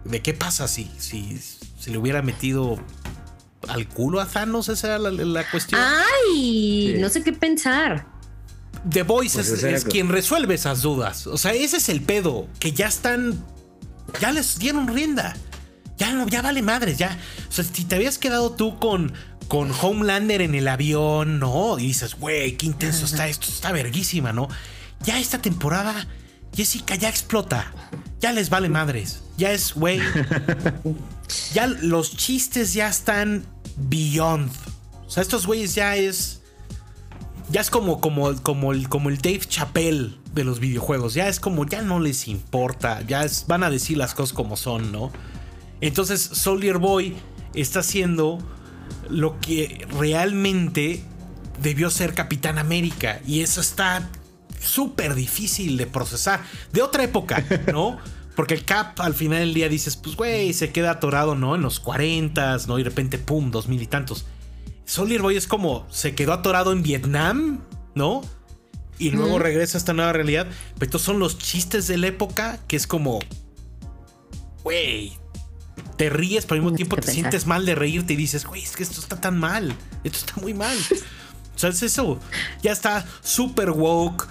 Speaker 1: de qué pasa si, si, si le hubiera metido
Speaker 3: Ah,
Speaker 1: al culo a Thanos. Esa era la, la cuestión.
Speaker 3: Ay,
Speaker 2: Sí.
Speaker 3: no sé qué pensar.
Speaker 1: The Voice
Speaker 4: Pues
Speaker 1: es,
Speaker 4: ese era
Speaker 1: es
Speaker 4: co-
Speaker 1: quien resuelve esas dudas. O sea, ese es el pedo. Que ya están. Ya les dieron rienda. Ya no, ya vale madres, ya. O sea, si te habías quedado tú con, con Homelander en el avión, ¿no? Y dices, güey, qué intenso está esto, está verguísima, ¿no? Ya esta temporada, Jessica ya explota. Ya les vale madres. Ya es, güey. ya los chistes ya están beyond. O sea, estos güeyes ya es. Ya es como, como, como, el, como el Dave Chappelle de los videojuegos. Ya es como, ya no les importa. Ya es- van a decir las cosas como son, ¿no? Entonces, Soldier Boy está haciendo lo que realmente debió ser Capitán América. Y eso está súper difícil de procesar. De otra época, ¿no? Porque el Cap al final del día dices, pues güey, se queda atorado, ¿no? En los 40, ¿no? Y de repente, pum, dos mil y tantos. Soldier Boy es como se quedó atorado en Vietnam, ¿no? Y luego
Speaker 3: Ujú.
Speaker 1: regresa a esta nueva realidad. Pero estos son los chistes de la época que es como, güey, te ríes, pero al mismo
Speaker 3: Tienes
Speaker 1: tiempo
Speaker 3: que
Speaker 1: te
Speaker 3: pensar.
Speaker 1: sientes mal de reírte y dices, güey, es que esto está tan mal, esto está muy mal. o sea, es eso. Ya está súper woke.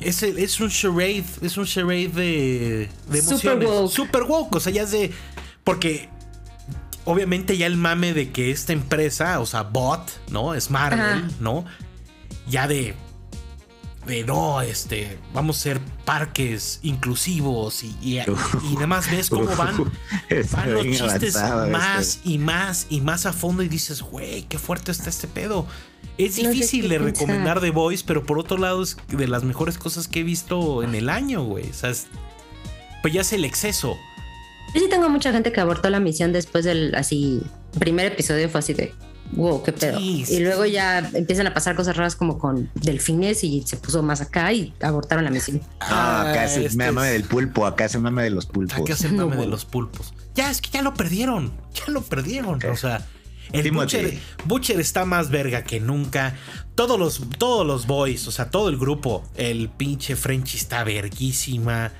Speaker 1: Es, el- es un charade, es un charade de, de emociones.
Speaker 3: Súper woke.
Speaker 1: Súper woke, o sea, ya es de. Porque obviamente ya el mame de que esta empresa, o sea, Bot, ¿no? Es Marvel,
Speaker 3: Ajá.
Speaker 1: ¿no? Ya de. De no, este. Vamos a ser parques inclusivos y, y, y nada más ves cómo van.
Speaker 2: Está
Speaker 1: Van los
Speaker 2: bien
Speaker 1: chistes
Speaker 2: avanzado este. esto.
Speaker 1: más y más y más a fondo y dices, güey, qué fuerte está este pedo. Es
Speaker 3: No sé
Speaker 1: difícil
Speaker 3: qué
Speaker 1: de
Speaker 3: pensar.
Speaker 1: recomendar The Voice, pero por otro lado es de las mejores cosas que he visto en el año, güey. O sea, es- pues ya es el exceso.
Speaker 3: Yo sí tengo mucha gente que abortó la misión después del así primer episodio fue así de wow, qué pedo.
Speaker 1: Sí, sí,
Speaker 3: y luego
Speaker 1: sí.
Speaker 3: ya empiezan a pasar cosas raras como con delfines y se puso más acá y abortaron la misión.
Speaker 2: Ah, acá se
Speaker 1: este
Speaker 2: mame
Speaker 1: es-
Speaker 2: del pulpo, acá se mame de los
Speaker 1: Hay que
Speaker 2: pulpos.
Speaker 1: hacer mame
Speaker 3: No,
Speaker 1: de
Speaker 3: güey.
Speaker 1: los pulpos. Ya, es que ya lo perdieron. Ya lo perdieron. O sea, el
Speaker 2: Timothy.
Speaker 1: Butcher, Butcher está más verga que nunca. Todos los, todos los boys, o sea, todo el grupo. El pinche Frenchy está verguísima.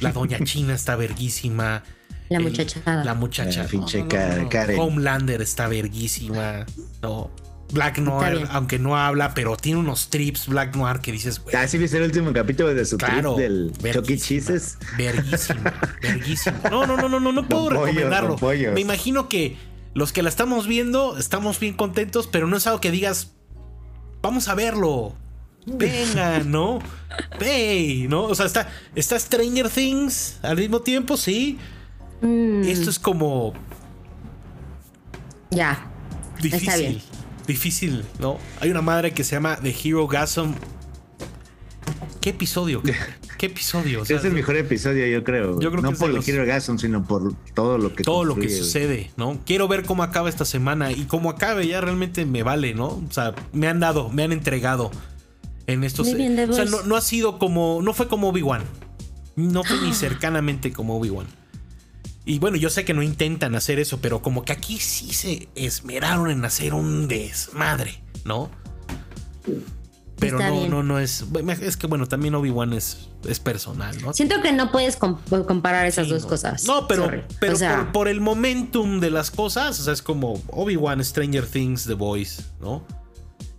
Speaker 1: La doña China está verguísima.
Speaker 3: La
Speaker 1: el-
Speaker 3: muchachada.
Speaker 1: La muchacha.
Speaker 2: La pinche Ka- Karen.
Speaker 1: Homelander está verguísima. No. Black Noir,
Speaker 3: bien.
Speaker 1: aunque no habla, pero tiene unos trips Black Noir que dices, güey.
Speaker 2: Ah, sí, viste el último capítulo de su
Speaker 1: Claro.
Speaker 2: trip del Chucky
Speaker 1: verguísima,
Speaker 2: Cheeses.
Speaker 1: Verguísima, verguísima. No, no, no, no, no, no puedo
Speaker 2: pollos,
Speaker 1: recomendarlo.
Speaker 2: con pollos.
Speaker 1: Me imagino que los que la estamos viendo estamos bien contentos, pero no es algo que digas, vamos a verlo. Venga, ¿no? Hey, ¿no? O sea, está, está Stranger Things al mismo tiempo, sí.
Speaker 3: Mm,
Speaker 1: Esto es como
Speaker 3: ya. Está
Speaker 1: difícil.
Speaker 3: bien.
Speaker 1: Difícil, ¿no? Hay una madre que se llama The Hero Gasm. ¿Qué episodio? ¿Qué, qué episodio? O sea,
Speaker 2: es el mejor episodio, yo creo.
Speaker 1: Yo creo
Speaker 2: no
Speaker 1: que es
Speaker 2: por
Speaker 1: de
Speaker 2: el
Speaker 1: los-
Speaker 2: Hero Gasson, sino por todo lo que
Speaker 1: todo lo que
Speaker 2: construye.
Speaker 1: sucede, ¿no? Quiero ver cómo acaba esta semana y cómo acabe ya realmente me vale, ¿no? O sea, me han dado, me han entregado en estos. eh,
Speaker 3: Muy bien, The
Speaker 1: o sea,
Speaker 3: Voice.
Speaker 1: no, no ha sido como, no fue como Obi-Wan, no fue
Speaker 3: Ah.
Speaker 1: ni cercanamente como Obi-Wan. Y bueno, yo sé que no intentan hacer eso, pero como que aquí sí se esmeraron en hacer un desmadre, ¿no? Pero
Speaker 3: Está
Speaker 1: no,
Speaker 3: bien.
Speaker 1: no, no es. Es que bueno, también Obi-Wan es, es personal, ¿no?
Speaker 3: Siento que no puedes com- comparar esas
Speaker 1: Sí,
Speaker 3: dos
Speaker 1: no.
Speaker 3: cosas.
Speaker 1: No, pero,
Speaker 3: Sorry.
Speaker 1: pero
Speaker 3: o sea,
Speaker 1: por, por el momentum de las cosas, o sea, es como Obi-Wan, Stranger Things, The Voice, ¿no?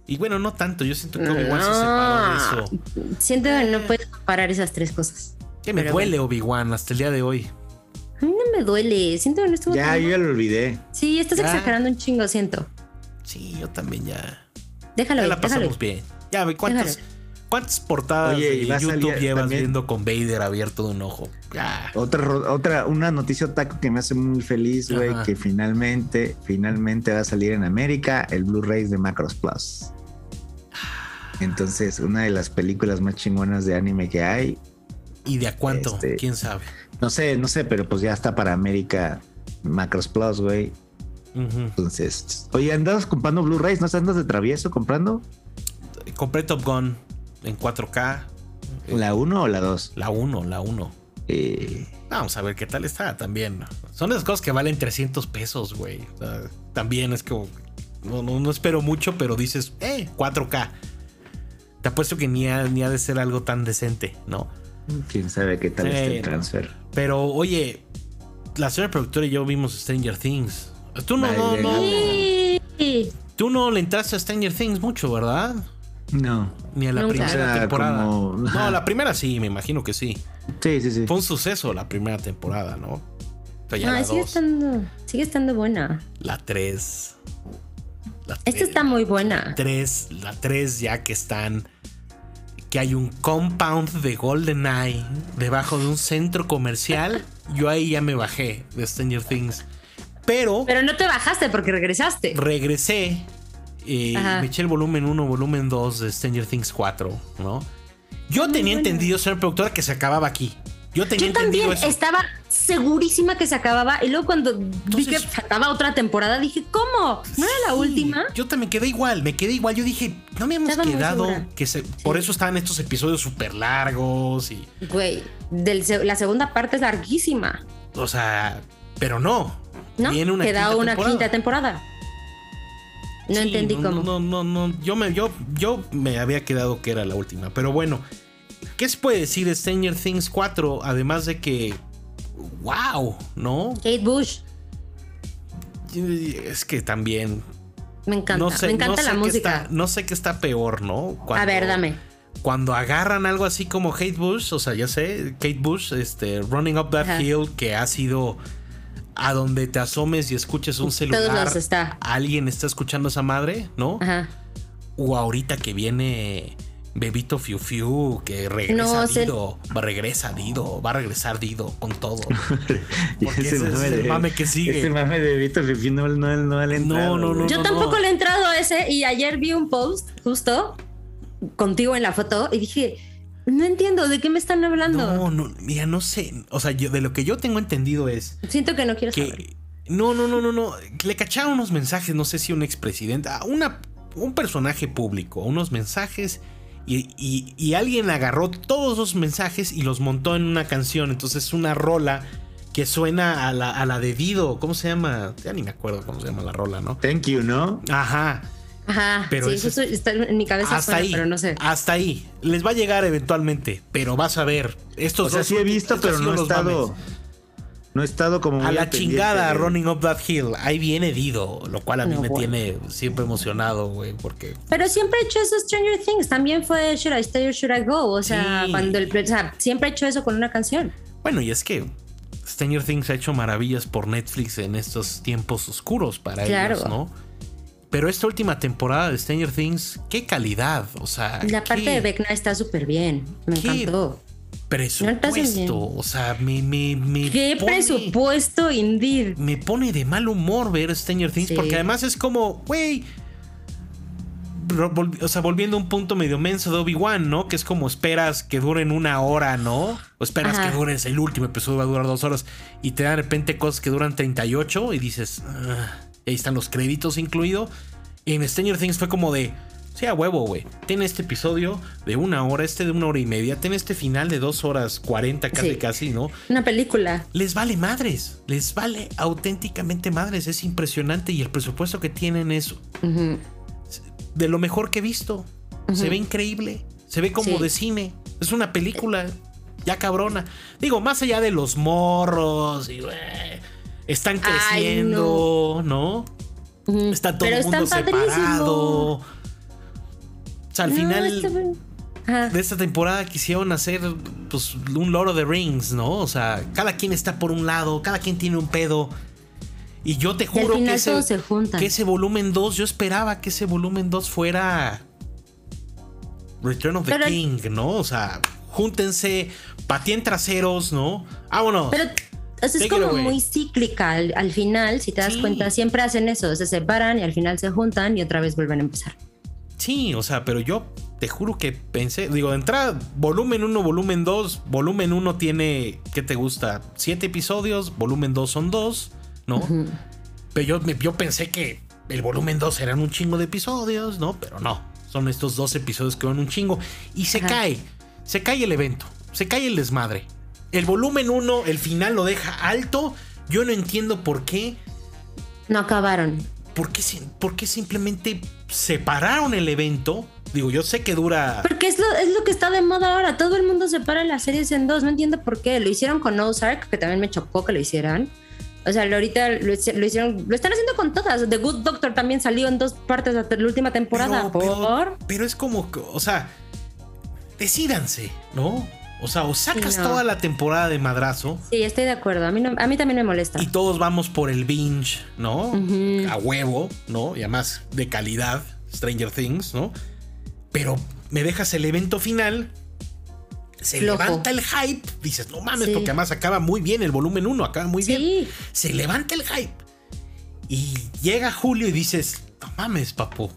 Speaker 1: Y bueno, no tanto, yo siento que Obi-Wan se separó de eso.
Speaker 3: siento que no puedes comparar esas tres cosas.
Speaker 1: Que me
Speaker 3: Pero
Speaker 1: duele Obi-Wan hasta el día de hoy.
Speaker 3: A mí no me duele, siento que no estuvo
Speaker 2: Ya,
Speaker 3: tan
Speaker 2: yo ya
Speaker 3: mal.
Speaker 2: lo olvidé.
Speaker 3: Sí, estás
Speaker 1: Ya.
Speaker 3: exagerando un chingo, siento.
Speaker 1: Sí, yo también ya.
Speaker 3: Déjalo,
Speaker 1: Ya
Speaker 3: ir,
Speaker 1: la
Speaker 3: déjalo.
Speaker 1: pasamos
Speaker 3: ir.
Speaker 1: bien. Ya, ve cuántas,
Speaker 3: Déjalo.
Speaker 1: cuántas portadas
Speaker 2: Oye,
Speaker 1: de
Speaker 2: y va a
Speaker 1: YouTube
Speaker 2: salir
Speaker 1: llevas
Speaker 2: también-
Speaker 1: viendo con Vader abierto de un ojo. Ya.
Speaker 2: Otra, ro- otra, una noticia taco que me hace muy feliz, güey,
Speaker 1: Ajá.
Speaker 2: que finalmente, finalmente va a salir en América el Blu-ray de Macros Plus. Entonces, una de las películas más chingonas de anime que hay.
Speaker 1: ¿Y de a cuánto?
Speaker 2: Este-
Speaker 1: ¿Quién sabe?
Speaker 2: No sé, no sé, pero pues ya está para América Macros Plus, güey.
Speaker 1: Ujú.
Speaker 2: Entonces, oye, ¿andas comprando Blu-rays? ¿No andas de travieso comprando?
Speaker 1: Compré Top Gun en 4K. Eh.
Speaker 2: ¿La 1 o la 2?
Speaker 1: La 1, la 1.
Speaker 2: Eh,
Speaker 1: Vamos a ver qué tal está también. Son esas cosas que valen 300 pesos, güey. O sea, también es como. No, no, no espero mucho, pero dices, eh, 4K. Te apuesto que ni ha, ni ha de ser algo tan decente, ¿no?
Speaker 2: quién sabe qué tal
Speaker 1: Sí,
Speaker 2: está el
Speaker 1: no.
Speaker 2: transfer.
Speaker 1: Pero, oye, la señora productora y yo vimos Stranger Things. Tú no, no, no-
Speaker 2: Vale.
Speaker 3: Sí.
Speaker 1: tú no le entraste a Stranger Things mucho, ¿verdad?
Speaker 2: No.
Speaker 1: Ni a la
Speaker 3: Nunca.
Speaker 1: primera
Speaker 2: O sea,
Speaker 1: temporada.
Speaker 2: como-
Speaker 1: No, la primera sí, me imagino que sí.
Speaker 2: Sí, sí, sí.
Speaker 1: Fue un suceso la primera temporada, ¿no? O sea, ya
Speaker 3: No,
Speaker 1: la
Speaker 3: sigue
Speaker 1: dos,
Speaker 3: estando, sigue estando buena.
Speaker 1: la 3. La
Speaker 3: Esta
Speaker 1: tres,
Speaker 3: está muy buena.
Speaker 1: tres, la 3 ya que están que hay un compound de GoldenEye debajo de un centro comercial. Yo ahí ya me bajé de Stranger Things. Pero
Speaker 3: Pero no te bajaste porque regresaste.
Speaker 1: regresé y
Speaker 3: Ajá.
Speaker 1: me eché el volumen 1, volumen 2 de Stranger Things 4, ¿no? Yo tenía entendido, señor productora, que se acababa aquí. Yo tenía
Speaker 3: Yo
Speaker 1: entendido
Speaker 3: también
Speaker 1: eso.
Speaker 3: estaba segurísima que se acababa y luego cuando vi que
Speaker 1: Entonces-
Speaker 3: faltaba otra temporada dije, ¿cómo? ¿No era la
Speaker 1: Sí,
Speaker 3: última?
Speaker 1: Yo también quedé igual, me quedé igual. Yo dije, no me hemos
Speaker 3: Estaba muy
Speaker 1: quedado
Speaker 3: segura.
Speaker 1: que se, por eso estaban estos episodios súper largos y,
Speaker 3: Güey, del se- la segunda parte es larguísima,
Speaker 1: o sea, pero no.
Speaker 3: ¿no?
Speaker 1: Viene una
Speaker 3: Queda
Speaker 1: quinta
Speaker 3: una
Speaker 1: temporada.
Speaker 3: quinta temporada. No
Speaker 1: Sí,
Speaker 3: entendí
Speaker 1: no,
Speaker 3: cómo.
Speaker 1: No, no, no, no. Yo me, yo, yo me había quedado que era la última. Pero bueno, ¿qué se puede decir de Stranger Things 4? Además de que. ¡Wow! ¿No?
Speaker 3: Kate Bush,
Speaker 1: Es que también.
Speaker 3: me encanta.
Speaker 1: no sé,
Speaker 3: me encanta
Speaker 1: no sé
Speaker 3: la
Speaker 1: qué
Speaker 3: música.
Speaker 1: está- no sé qué está peor, ¿no?
Speaker 3: A
Speaker 1: Cuando-
Speaker 3: ver, dame.
Speaker 1: Cuando agarran algo así como Kate Bush, o sea, ya sé, Kate Bush, este, Running Up That
Speaker 3: Ajá.
Speaker 1: Hill, que ha sido a donde te asomes y escuches un celular.
Speaker 3: Todos los está.
Speaker 1: Alguien está escuchando esa madre, ¿no?
Speaker 3: Ajá.
Speaker 1: O ahorita que viene Bebito Fiu Fiu, que regresa
Speaker 3: No, se-
Speaker 1: Dido. Va, regresa Dido, va a regresar Dido con todo.
Speaker 2: Y
Speaker 1: Porque ese es el
Speaker 2: de-
Speaker 1: mame que sigue.
Speaker 2: Ese mame de Vito Fifi no, no, no le ha entrado,
Speaker 1: no,
Speaker 2: güey.
Speaker 1: no.
Speaker 3: Yo tampoco le he entrado a ese y ayer vi un post justo contigo en la foto y dije, no entiendo de qué me están hablando.
Speaker 1: No, no, mira, no sé. O sea, yo, de lo que yo tengo entendido es
Speaker 3: Siento que no quiero saber.
Speaker 1: que. No, no, no, no, no. Le cacharon unos mensajes, no sé si un expresidente, a una, un personaje público, unos mensajes. Y, y- y alguien agarró todos los mensajes y los montó en una canción. Entonces, una rola que suena a la, a la de Dido. ¿Cómo se llama? Ya ni me acuerdo cómo se llama la rola, ¿no?
Speaker 2: Thank you, ¿no?
Speaker 1: Ajá.
Speaker 3: Ajá,
Speaker 1: pero
Speaker 3: sí,
Speaker 1: ese-
Speaker 3: justo está en mi cabeza
Speaker 1: Hasta
Speaker 3: suena,
Speaker 1: ahí. Ah.
Speaker 3: pero no sé.
Speaker 1: Hasta ahí. Les va a llegar eventualmente, pero vas a ver. Estos
Speaker 2: O sea,
Speaker 1: dos-
Speaker 2: sí he visto,
Speaker 1: estos
Speaker 2: pero
Speaker 1: han
Speaker 2: no
Speaker 1: sido
Speaker 2: he
Speaker 1: los
Speaker 2: estado.
Speaker 1: mames.
Speaker 2: No he estado como.
Speaker 1: A
Speaker 2: muy
Speaker 1: la
Speaker 2: al pendiente
Speaker 1: chingada,
Speaker 2: de-
Speaker 1: Running Up That Hill. Ahí viene Dido, lo cual a mí
Speaker 3: No,
Speaker 1: me
Speaker 3: bueno.
Speaker 1: tiene siempre emocionado, güey, porque.
Speaker 3: Pero siempre he hecho eso Stranger Things, también fue Should I Stay or Should I Go, o sea,
Speaker 1: Sí.
Speaker 3: cuando el, o sea, siempre he hecho eso con una canción.
Speaker 1: Bueno, y es que Stranger Things ha hecho maravillas por Netflix en estos tiempos oscuros para
Speaker 3: Claro.
Speaker 1: ellos, ¿no? Pero esta última temporada de Stranger Things, qué calidad, o sea.
Speaker 3: La parte
Speaker 1: qué
Speaker 3: de Vecna está súper bien, me
Speaker 1: ¿Qué?
Speaker 3: encantó.
Speaker 1: Presupuesto, o sea, me. me, me
Speaker 3: Qué
Speaker 1: pone-
Speaker 3: presupuesto, indeed.
Speaker 1: me pone de mal humor ver Stranger Things
Speaker 3: Sí.
Speaker 1: porque además es como, güey. ro- volv- O sea, volviendo a un punto medio menso de Obi-Wan, ¿no? Que es como esperas que duren una hora, ¿no? O esperas
Speaker 3: Ajá.
Speaker 1: que duren, el último episodio va a durar dos horas y te dan de repente cosas que duran 38 y dices, "Ah", y ahí están los créditos incluido. En Stranger Things fue como de, sí, a huevo, güey. Tiene este episodio de una hora, este de una hora y media, tiene este final de dos horas 40 casi,
Speaker 3: Sí.
Speaker 1: casi, ¿no?
Speaker 3: Una película.
Speaker 1: les vale madres, les vale auténticamente madres, es impresionante y el presupuesto que tienen es
Speaker 3: Ujú.
Speaker 1: de lo mejor que he visto. Se ve increíble, se ve como
Speaker 3: Sí.
Speaker 1: de cine, es una película ya cabrona. Digo, más allá de los morros y eh, están
Speaker 3: Ay,
Speaker 1: creciendo, ¿no.
Speaker 3: Ujú.
Speaker 1: Está todo
Speaker 3: Pero
Speaker 1: el mundo
Speaker 3: están padrísimos.
Speaker 1: separado. O sea, al
Speaker 3: No,
Speaker 1: final
Speaker 3: está bien. Ajá.
Speaker 1: de esta temporada quisieron hacer pues un Lord of the Rings, ¿no? O sea, cada quien está por un lado, cada quien tiene un pedo. Y yo te
Speaker 3: Y al
Speaker 1: juro que
Speaker 3: final
Speaker 1: ese,
Speaker 3: todos se juntan.
Speaker 1: que ese volumen 2, yo esperaba que ese volumen 2 fuera Return of the
Speaker 3: Pero-
Speaker 1: King, ¿no? O sea, júntense, patien traseros, ¿no? Ah, Vámonos.
Speaker 3: Pero o sea,
Speaker 1: Take
Speaker 3: es
Speaker 1: it
Speaker 3: como
Speaker 1: away.
Speaker 3: muy cíclica. Al, al final, si te das
Speaker 1: Sí.
Speaker 3: cuenta, siempre hacen eso. Se separan y al final se juntan y otra vez vuelven a empezar.
Speaker 1: Sí, o sea, pero yo te juro que pensé, digo, de entrada, volumen 1, volumen 2, volumen 1 tiene, ¿qué te gusta? 7 episodios, volumen 2 son 2, ¿no? Pero yo, me- yo pensé que el volumen 2 eran un chingo de episodios, ¿no? Pero no, son estos dos episodios que van un chingo y se
Speaker 3: Ajá.
Speaker 1: cae, se cae el evento, se cae el desmadre. El volumen 1, el final lo deja alto, yo no entiendo por qué.
Speaker 3: No acabaron.
Speaker 1: ¿por qué, si- por qué simplemente separaron el evento? Digo, yo sé que dura.
Speaker 3: Porque es lo, es lo que está de moda ahora. Todo el mundo separa las series en dos. No entiendo por qué. Lo hicieron con Ozark, que también me chocó que lo hicieran. O sea, lo ahorita lo, hici- lo hicieron, lo están haciendo con todas. The Good Doctor también salió en dos partes de la última temporada.
Speaker 1: Pero- pero-
Speaker 3: por
Speaker 1: Pero es como, que, o sea, decídanse, ¿no? O sea, o sacas
Speaker 3: no.
Speaker 1: toda la temporada de madrazo
Speaker 3: sí, estoy de acuerdo. A mí no- a mí también me molesta.
Speaker 1: y todos vamos por el binge, ¿no?
Speaker 3: Ujú.
Speaker 1: A huevo, ¿no? Y además de calidad, Stranger Things, ¿no? Pero me dejas el evento final, se
Speaker 3: Flojo.
Speaker 1: levanta el hype, dices, no mames,
Speaker 3: Sí.
Speaker 1: porque además acaba muy bien el volumen 1, acaba muy bien
Speaker 3: Sí,
Speaker 1: se levanta el hype. Y llega julio y dices, no mames, papu.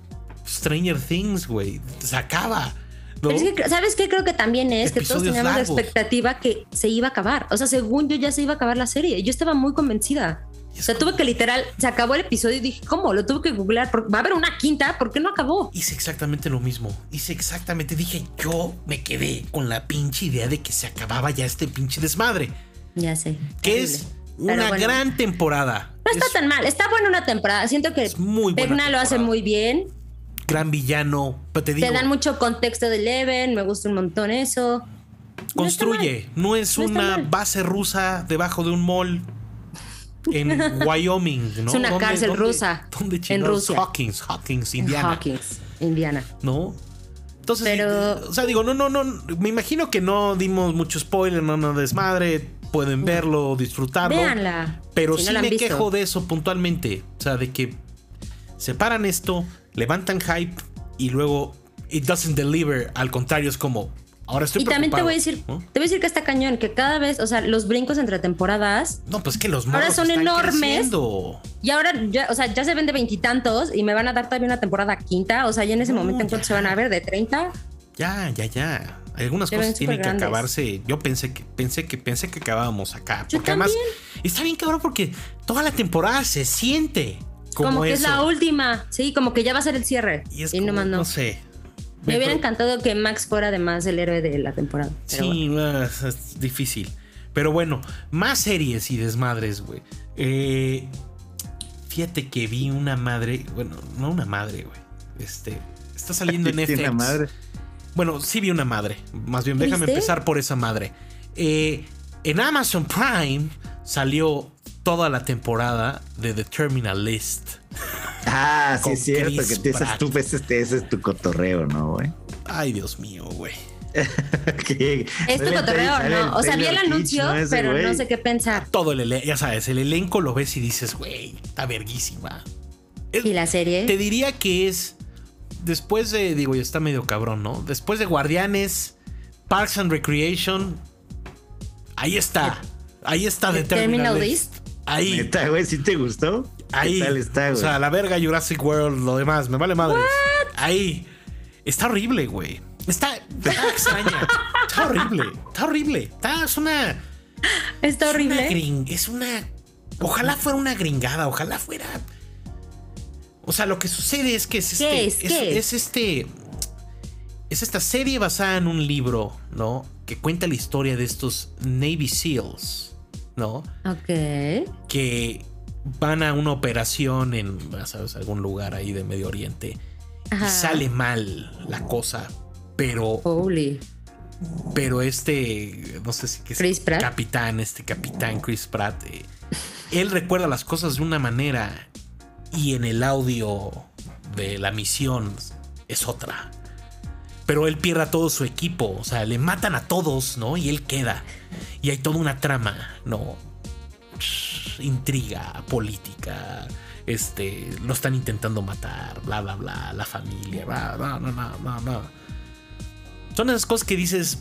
Speaker 1: Stranger Things, güey. Se acaba. ¿no?
Speaker 3: Pero es que, ¿sabes qué? Creo que también es que todos
Speaker 1: Episodios
Speaker 3: teníamos la
Speaker 1: largos.
Speaker 3: expectativa que se iba a acabar. O sea, según yo ya se iba a acabar la serie. Yo estaba muy convencida.
Speaker 1: Y
Speaker 3: O
Speaker 1: es
Speaker 3: sea, tuve que literal, se acabó el episodio y dije, ¿cómo? Lo tuve que googlear. porque Va a haber una quinta, ¿por qué no acabó?
Speaker 1: Hice exactamente lo mismo. Hice exactamente. Dije, yo me quedé con la pinche idea de que se acababa ya este pinche desmadre.
Speaker 3: Ya sé.
Speaker 1: Que
Speaker 3: terrible.
Speaker 1: es
Speaker 3: Pero
Speaker 1: una
Speaker 3: bueno,
Speaker 1: gran temporada.
Speaker 3: No está
Speaker 1: es
Speaker 3: tan mal, está buena una temporada. Siento que
Speaker 1: Es muy buena
Speaker 3: Pegna lo hace
Speaker 1: temporada.
Speaker 3: muy bien.
Speaker 1: gran villano. Pero te digo,
Speaker 3: Te dan mucho contexto de Eleven, me gusta un montón eso.
Speaker 1: construye. No, es
Speaker 3: No está
Speaker 1: una
Speaker 3: mal.
Speaker 1: base rusa debajo de un mall en Wyoming, ¿no?
Speaker 3: Es una
Speaker 1: ¿Dónde-
Speaker 3: cárcel
Speaker 1: dónde-
Speaker 3: rusa
Speaker 1: ¿Dónde
Speaker 3: en
Speaker 1: chingados?
Speaker 3: Rusia.
Speaker 1: Hawkins, Hawkins,
Speaker 3: En
Speaker 1: Indiana,
Speaker 3: Hawkins, Indiana.
Speaker 1: ¿no? Entonces,
Speaker 3: Pero-
Speaker 1: eh, o sea, digo, no, no, no, me imagino que no dimos mucho spoiler, no, no desmadre, pueden verlo, disfrutarlo.
Speaker 3: Véanla.
Speaker 1: Pero
Speaker 3: si no
Speaker 1: sí
Speaker 3: la han
Speaker 1: me
Speaker 3: visto.
Speaker 1: quejo de eso puntualmente. O sea, de que separan esto, levantan hype y luego it doesn't deliver. Al contrario, es como ahora estoy
Speaker 3: Y también te
Speaker 1: preocupado,
Speaker 3: voy a decir,
Speaker 1: ¿no?
Speaker 3: te voy a decir que está cañón, que cada vez, o sea, los brincos entre temporadas
Speaker 1: No, pues que los
Speaker 3: Ahora
Speaker 1: morros
Speaker 3: son
Speaker 1: están
Speaker 3: enormes.
Speaker 1: creciendo.
Speaker 3: y ahora ya, o sea, ya se ven de veintitantos y, me van a dar todavía una temporada quinta, o sea, ya en ese
Speaker 1: No,
Speaker 3: momento en cuanto
Speaker 1: ya.
Speaker 3: se van a ver de 30.
Speaker 1: Ya, ya, ya. Algunas
Speaker 3: Se
Speaker 1: cosas
Speaker 3: ven
Speaker 1: tienen que
Speaker 3: supergrandes.
Speaker 1: acabarse. Yo pensé que pensé que pensé que acabábamos acá,
Speaker 3: Yo
Speaker 1: porque además está bien cabrón porque toda la temporada se siente como,
Speaker 3: Como, que es
Speaker 1: eso.
Speaker 3: la última, sí, como que ya va a ser el cierre.
Speaker 1: y es
Speaker 3: Y
Speaker 1: como,
Speaker 3: no más no.
Speaker 1: no sé.
Speaker 3: Me hubiera
Speaker 1: pre-
Speaker 3: encantado que Max fuera además el héroe de la temporada. pero bueno.
Speaker 1: Sí, ah, es difícil. Pero bueno, más series y desmadres, güey. Eh, fíjate que vi una madre, bueno, no una madre, güey. Este, está saliendo en
Speaker 2: Tiene
Speaker 1: FX.
Speaker 2: madre.
Speaker 1: Bueno, sí vi una madre. Más bien,
Speaker 3: ¿Viste?
Speaker 1: déjame empezar por esa madre. Eh, en Amazon Prime salió toda la temporada de The Terminal List.
Speaker 2: Ah, sí
Speaker 1: Con
Speaker 2: es cierto,
Speaker 1: Chris
Speaker 2: que te- esas
Speaker 1: Pratt.
Speaker 2: tú, ese, es- ese es tu cotorreo, ¿no, güey?
Speaker 1: Ay, Dios mío, güey.
Speaker 3: Es tu cotorreo, ¿no? O sea, vi el anuncio, pero no sé qué pensar.
Speaker 1: Todo el elenco, ya sabes, el elenco lo ves y dices, güey, está verguísima. Es-
Speaker 3: Y la serie.
Speaker 1: Te diría que es después de, digo, ya está medio cabrón, ¿no? Después de Guardianes, Parks and Recreation, ahí está. Ahí está The, Terminal, List. Ahí.
Speaker 2: Neta, güey, ¿sí te gustó?
Speaker 1: Ahí.
Speaker 2: ¿Qué tal está,
Speaker 1: o
Speaker 2: güey?
Speaker 1: sea, la verga Jurassic World, lo demás, me vale madre. Ahí. Está horrible, güey. Está, está extraña. está horrible. Está horrible. Está, es una.
Speaker 3: Está
Speaker 1: Es una,
Speaker 3: horrible.
Speaker 1: gring- es una- Ojalá fuera una gringada, ojalá fuera. O sea, lo que sucede es que es este.
Speaker 3: ¿Qué es? ¿Qué
Speaker 1: es este. Es esta serie basada en un libro, ¿no? Que cuenta la historia de estos Navy SEALs, ¿no?
Speaker 3: Ok.
Speaker 1: que van a una operación en, ya sabes, algún lugar ahí de Medio Oriente
Speaker 3: Ajá.
Speaker 1: y sale mal la cosa, pero,
Speaker 3: Holy.
Speaker 1: pero este, no sé si que es
Speaker 3: Chris Pratt.
Speaker 1: capitán, este capitán Chris Pratt, eh, él recuerda las cosas de una manera y en el audio de la misión es otra. Pero él pierde a todo su equipo, o sea, le matan a todos, ¿no? Y él queda. Y hay toda una trama, ¿no? intriga política. Este, lo están intentando matar, bla, bla, bla, la familia, bla, bla, bla, bla, bla, bla. Son esas cosas que dices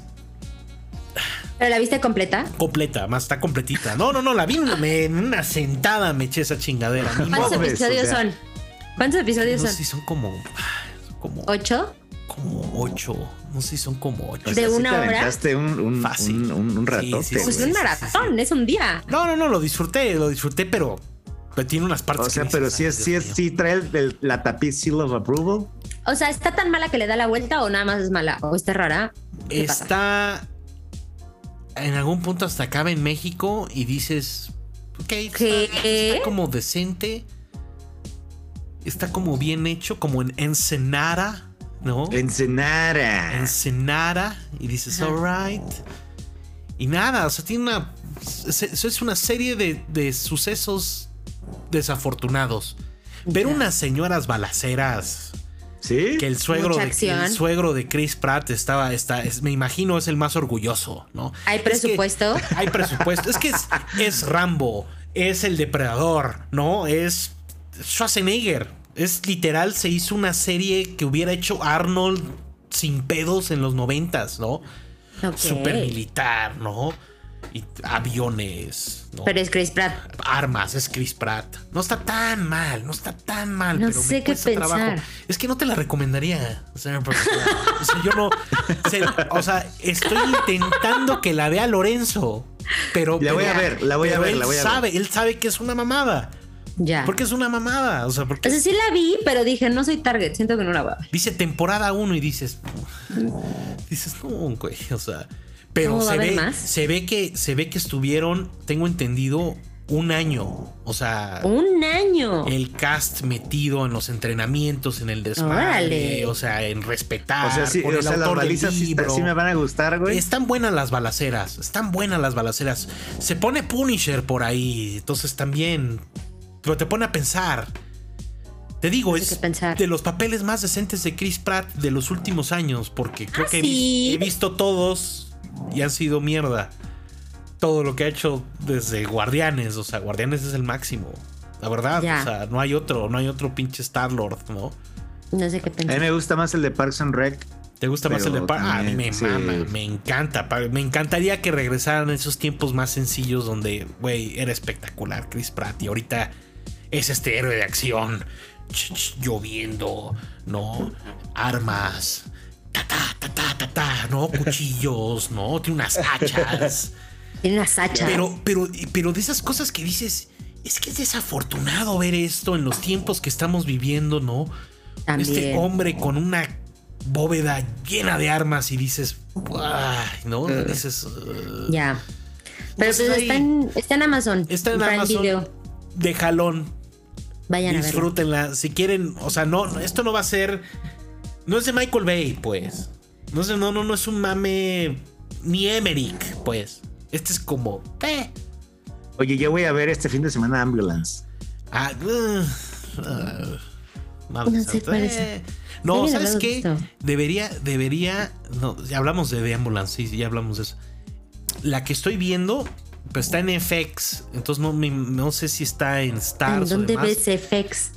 Speaker 3: ¿Pero la viste completa?
Speaker 1: completa, más está completita. No, no, no, la vi en una, en una sentada, me eché esa chingadera. Ni modo.
Speaker 3: ¿Cuántos
Speaker 2: Mames,
Speaker 3: episodios
Speaker 2: o sea.
Speaker 3: son? ¿Cuántos episodios
Speaker 1: No sé
Speaker 3: son?
Speaker 1: si son como, como,
Speaker 3: ¿Ocho?
Speaker 1: como ocho, no sé si son como ocho.
Speaker 3: de una
Speaker 2: te
Speaker 3: hora.
Speaker 2: aventaste un, un,
Speaker 1: Fácil.
Speaker 2: un, un, un
Speaker 1: Sí,
Speaker 2: ratote,
Speaker 1: sí, sí,
Speaker 3: Pues
Speaker 1: sí.
Speaker 2: güey.
Speaker 3: es un maratón, es un día.
Speaker 1: No, no, no, lo disfruté, lo disfruté, pero, pero tiene unas partes
Speaker 2: O sea,
Speaker 1: que
Speaker 2: pero
Speaker 1: dices,
Speaker 2: sí,
Speaker 1: "Ay,
Speaker 2: es,
Speaker 1: Dios
Speaker 2: sí,
Speaker 1: mío".
Speaker 2: es, sí trae el- el- la tapiz Seal of Approval.
Speaker 3: O sea, ¿está tan mala que le da la vuelta o nada más es mala? ¿O está rara? ¿Qué pasa?
Speaker 1: está en algún punto hasta acaba en México y dices, ok, está,
Speaker 3: ¿Qué?
Speaker 1: está como decente, está como bien hecho, como en Ensenada, ¿no?
Speaker 2: Ensenada.
Speaker 3: Ah.
Speaker 1: Ensenada y dices, alright. Y nada, o sea, tiene una. Es, es una serie de, de sucesos desafortunados. Ver
Speaker 3: Ya.
Speaker 1: unas señoras balaceras.
Speaker 2: ¿Sí?
Speaker 1: Que el suegro,
Speaker 3: Mucha
Speaker 1: de, que el
Speaker 3: acción.
Speaker 1: suegro de Chris Pratt estaba, está, es- me imagino, es el más orgulloso, ¿no?
Speaker 3: Hay
Speaker 1: Es que-
Speaker 3: presupuesto.
Speaker 1: hay presupuesto. Es que es, es Rambo, es el depredador, ¿no? Es Schwarzenegger. Es literal, se hizo una serie que hubiera hecho Arnold sin pedos en los noventas, ¿no?
Speaker 3: Ok.
Speaker 1: Super militar, ¿no? Y aviones, ¿no?
Speaker 3: Pero es Chris Pratt.
Speaker 1: armas, es Chris Pratt. No está tan mal, no está tan mal.
Speaker 3: No
Speaker 1: pero me
Speaker 3: sé qué
Speaker 1: cuesta trabajo.
Speaker 3: pensar.
Speaker 1: Es que no te la recomendaría. señor profesor. O sea, yo no. se- o sea, estoy intentando que la vea Lorenzo, pero.
Speaker 2: La voy a
Speaker 1: pero-
Speaker 2: ver, la voy a
Speaker 1: pero
Speaker 2: ver,
Speaker 1: él
Speaker 2: la voy a ver.
Speaker 1: sabe, Él sabe que es una mamada.
Speaker 3: Ya.
Speaker 1: Porque es una mamada. O sea,
Speaker 3: O
Speaker 1: porque
Speaker 3: sea, sí la vi, pero dije, no soy target, siento que no la voy a ver.
Speaker 1: dice temporada 1 y dices. Dices, no, güey. O sea. Pero
Speaker 3: ¿Cómo va a
Speaker 1: se
Speaker 3: haber
Speaker 1: ve,
Speaker 3: más?
Speaker 1: se ve que se ve que estuvieron, tengo entendido, un año. O sea.
Speaker 3: Un año.
Speaker 1: el cast metido en los entrenamientos, en el desmadre,
Speaker 3: Órale.
Speaker 1: o sea, en respetar.
Speaker 2: O sea, sí,
Speaker 1: con
Speaker 2: o
Speaker 1: el
Speaker 2: sea, las
Speaker 1: autor del
Speaker 2: balizas sí, está-
Speaker 1: libro.
Speaker 2: sí me van a gustar, güey.
Speaker 1: Están buenas las balaceras, están buenas las balaceras. Se pone Punisher por ahí, entonces también pero te pone a pensar. Te digo,
Speaker 3: No sé
Speaker 1: es
Speaker 3: qué pensar.
Speaker 1: de los papeles más decentes de Chris Pratt de los últimos años, porque creo
Speaker 3: ¿Ah,
Speaker 1: que he,
Speaker 3: sí?
Speaker 1: vis- he visto todos y han sido mierda. Todo lo que ha hecho desde Guardianes, o sea, Guardianes es el máximo. La verdad,
Speaker 3: Ya.
Speaker 1: o sea, no hay otro, no hay otro pinche Star-Lord, ¿no?
Speaker 3: No sé qué
Speaker 2: A mí
Speaker 3: pensar.
Speaker 2: me gusta más el de Parks and Rec.
Speaker 1: ¿Te gusta más el
Speaker 2: Pero
Speaker 1: de Park? Ah, a mí me
Speaker 2: también, sí.
Speaker 1: mama, me encanta. pa- Me encantaría que regresaran esos tiempos más sencillos donde, güey, era espectacular Chris Pratt y ahorita es este héroe de acción. ch- ch- lloviendo, ¿no? Armas. Ta, ta, ta, ta, ta, ta, ¿no? Cuchillos, ¿no? Tiene unas hachas.
Speaker 3: Tiene una sacha.
Speaker 1: Pero, pero, pero de esas cosas que dices, es que es desafortunado ver esto en los tiempos que estamos viviendo, ¿no?
Speaker 3: también.
Speaker 1: este hombre con una bóveda llena de armas y dices, "Ay", ¿no?
Speaker 3: Eh.
Speaker 1: Dices, "Eh, "Ugh".
Speaker 3: Ya. Pero pues
Speaker 1: Pues ahí-
Speaker 3: está, en, está en Amazon.
Speaker 1: Está en
Speaker 3: Prime
Speaker 1: Amazon.
Speaker 3: Video.
Speaker 1: de jalón,
Speaker 3: Vayan a
Speaker 1: disfrútenla. Si quieren, o sea, no, esto no va a ser, no es de Michael Bay, pues. No sé, no, no, no es un mame ni Emmerich, pues. Este es como, eh.
Speaker 2: Oye, yo voy a ver este fin de semana Ambulance.
Speaker 1: Ah, uh, ah, madre
Speaker 3: No sé
Speaker 1: santa.
Speaker 3: cuál es.
Speaker 1: Eh, No,
Speaker 3: Debería
Speaker 1: ¿sabes
Speaker 3: haberlo
Speaker 1: qué?
Speaker 3: visto.
Speaker 1: Debería, debería. No, ya hablamos de The Ambulance, sí, sí, ya hablamos de eso. La que estoy viendo, pues está en FX. Entonces no, me- no sé si está en
Speaker 3: verlo.
Speaker 1: Stars
Speaker 3: ¿En dónde
Speaker 1: o demás.
Speaker 3: ves FX?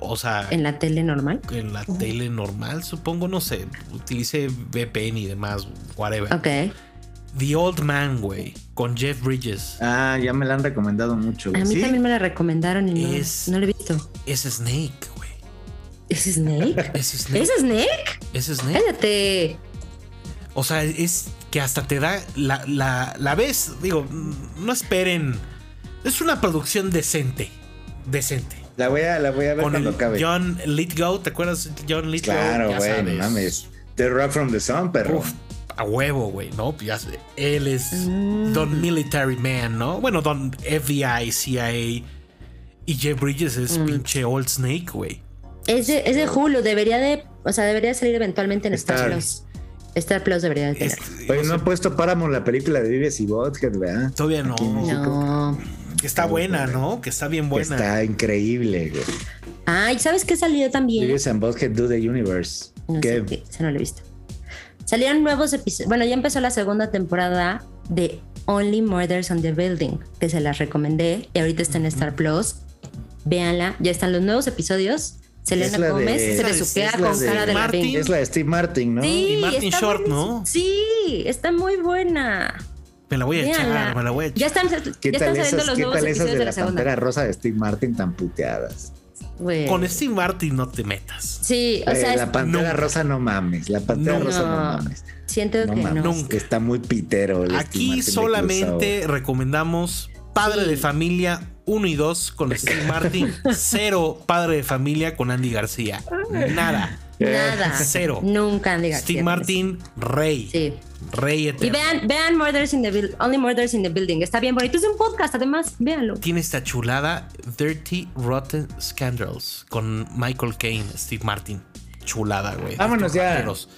Speaker 1: O sea,
Speaker 3: ¿En la tele normal?
Speaker 1: en la tele normal, supongo, no sé. Utilice VPN y demás, whatever.
Speaker 3: Ok.
Speaker 1: The Old Man, güey, con Jeff Bridges.
Speaker 2: Ah, ya me la han recomendado mucho.
Speaker 3: A
Speaker 2: güey.
Speaker 3: mí
Speaker 2: ¿Sí?
Speaker 3: también me la recomendaron y no,
Speaker 1: Es-
Speaker 3: no la he visto.
Speaker 1: Es Snake, güey.
Speaker 3: ¿Es Snake?
Speaker 1: Es Snake.
Speaker 3: ¿Es Snake?
Speaker 1: Es Snake.
Speaker 3: Cállate.
Speaker 1: O sea, es que hasta te da la, la, la ves. Digo, mm, no esperen. Es una producción decente. Decente.
Speaker 2: La voy a, la voy a ver
Speaker 1: Con
Speaker 2: cuando
Speaker 1: el
Speaker 2: acabe.
Speaker 1: John Lithgow, ¿te acuerdas? John Lithgow.
Speaker 2: Claro,
Speaker 1: Ya
Speaker 2: güey, no
Speaker 1: sabes.
Speaker 2: mames. The Rock from the Sun, perro.
Speaker 1: Uf, a huevo, güey, ¿no? Ya sé, Él es
Speaker 3: Mm.
Speaker 1: Don Military Man, ¿no? Bueno, Don FBI, CIA. Y Jeff Bridges es pinche Old Snake, güey.
Speaker 3: Es de, es de Hulu. Debería de... O sea, debería salir eventualmente en Star Este
Speaker 2: Star.
Speaker 3: Plus. Star Plus debería de tener.
Speaker 1: Es-
Speaker 2: Oye, no he puesto Paramount la película de Vives y Bothead, ¿verdad?
Speaker 1: Todavía no.
Speaker 2: Aquí en México.
Speaker 3: No.
Speaker 1: Que está buena, ¿no? Que está bien buena.
Speaker 2: Está increíble, güey.
Speaker 3: Ay, ¿sabes qué salió también?
Speaker 2: Vives and Bothead Do the Universe.
Speaker 3: No
Speaker 2: ¿Qué?
Speaker 3: sé qué, esa no la he visto. Salieron nuevos episodios. Bueno, ya empezó la segunda temporada de Only Murders on the Building, que se las recomendé y ahorita está en Star Plus. Véanla, ya están los nuevos episodios.
Speaker 2: Es la
Speaker 3: Selena
Speaker 2: de-
Speaker 3: Gómez
Speaker 2: es
Speaker 3: se
Speaker 1: la
Speaker 3: le
Speaker 1: de-
Speaker 3: supea
Speaker 2: es la
Speaker 3: con
Speaker 2: de
Speaker 3: cara de la
Speaker 1: Martin.
Speaker 2: Es la de Steve Martin, ¿no?
Speaker 1: Y Martin Short,
Speaker 3: buenísima.
Speaker 1: ¿no?
Speaker 3: Sí, está muy buena.
Speaker 1: Me la voy a
Speaker 3: Véanla.
Speaker 1: echar, me la voy a echar.
Speaker 3: Ya están, ya
Speaker 2: ¿Qué
Speaker 3: están
Speaker 2: tal
Speaker 3: saliendo
Speaker 2: esas,
Speaker 3: los
Speaker 2: qué
Speaker 3: nuevos
Speaker 2: tal esas
Speaker 3: episodios
Speaker 2: de, la
Speaker 3: segunda.
Speaker 2: pantera rosa de Steve Martin tan puteadas?
Speaker 3: Güey.
Speaker 1: Con Steve Martin no te metas.
Speaker 3: Sí, o
Speaker 2: Eh,
Speaker 3: sea,
Speaker 2: la pantera
Speaker 1: nunca.
Speaker 2: rosa no mames, la pantera
Speaker 1: Nunca.
Speaker 2: rosa no mames.
Speaker 3: siento
Speaker 2: No
Speaker 3: que
Speaker 2: mames,
Speaker 3: no.
Speaker 1: Nunca.
Speaker 2: está muy pitero. el Steve Martin
Speaker 1: Aquí
Speaker 2: de Cruz
Speaker 1: solamente recomendamos Padre
Speaker 3: Sí.
Speaker 1: de Familia 1 y 2 con Steve Martin, cero Padre de Familia con Andy García. Nada.
Speaker 3: Nada.
Speaker 1: Cero.
Speaker 3: Nunca, diga.
Speaker 1: Steve Martin, rey.
Speaker 3: Sí.
Speaker 1: Rey
Speaker 3: Y
Speaker 1: eterno.
Speaker 3: vean, vean Murders in the Building, Only Murders in the Building. Está bien bonito. Es un podcast, además, véanlo.
Speaker 1: Tiene esta chulada Dirty Rotten Scandals con Michael Caine, Steve Martin. Chulada, güey.
Speaker 2: Vámonos ya.
Speaker 1: Rateros.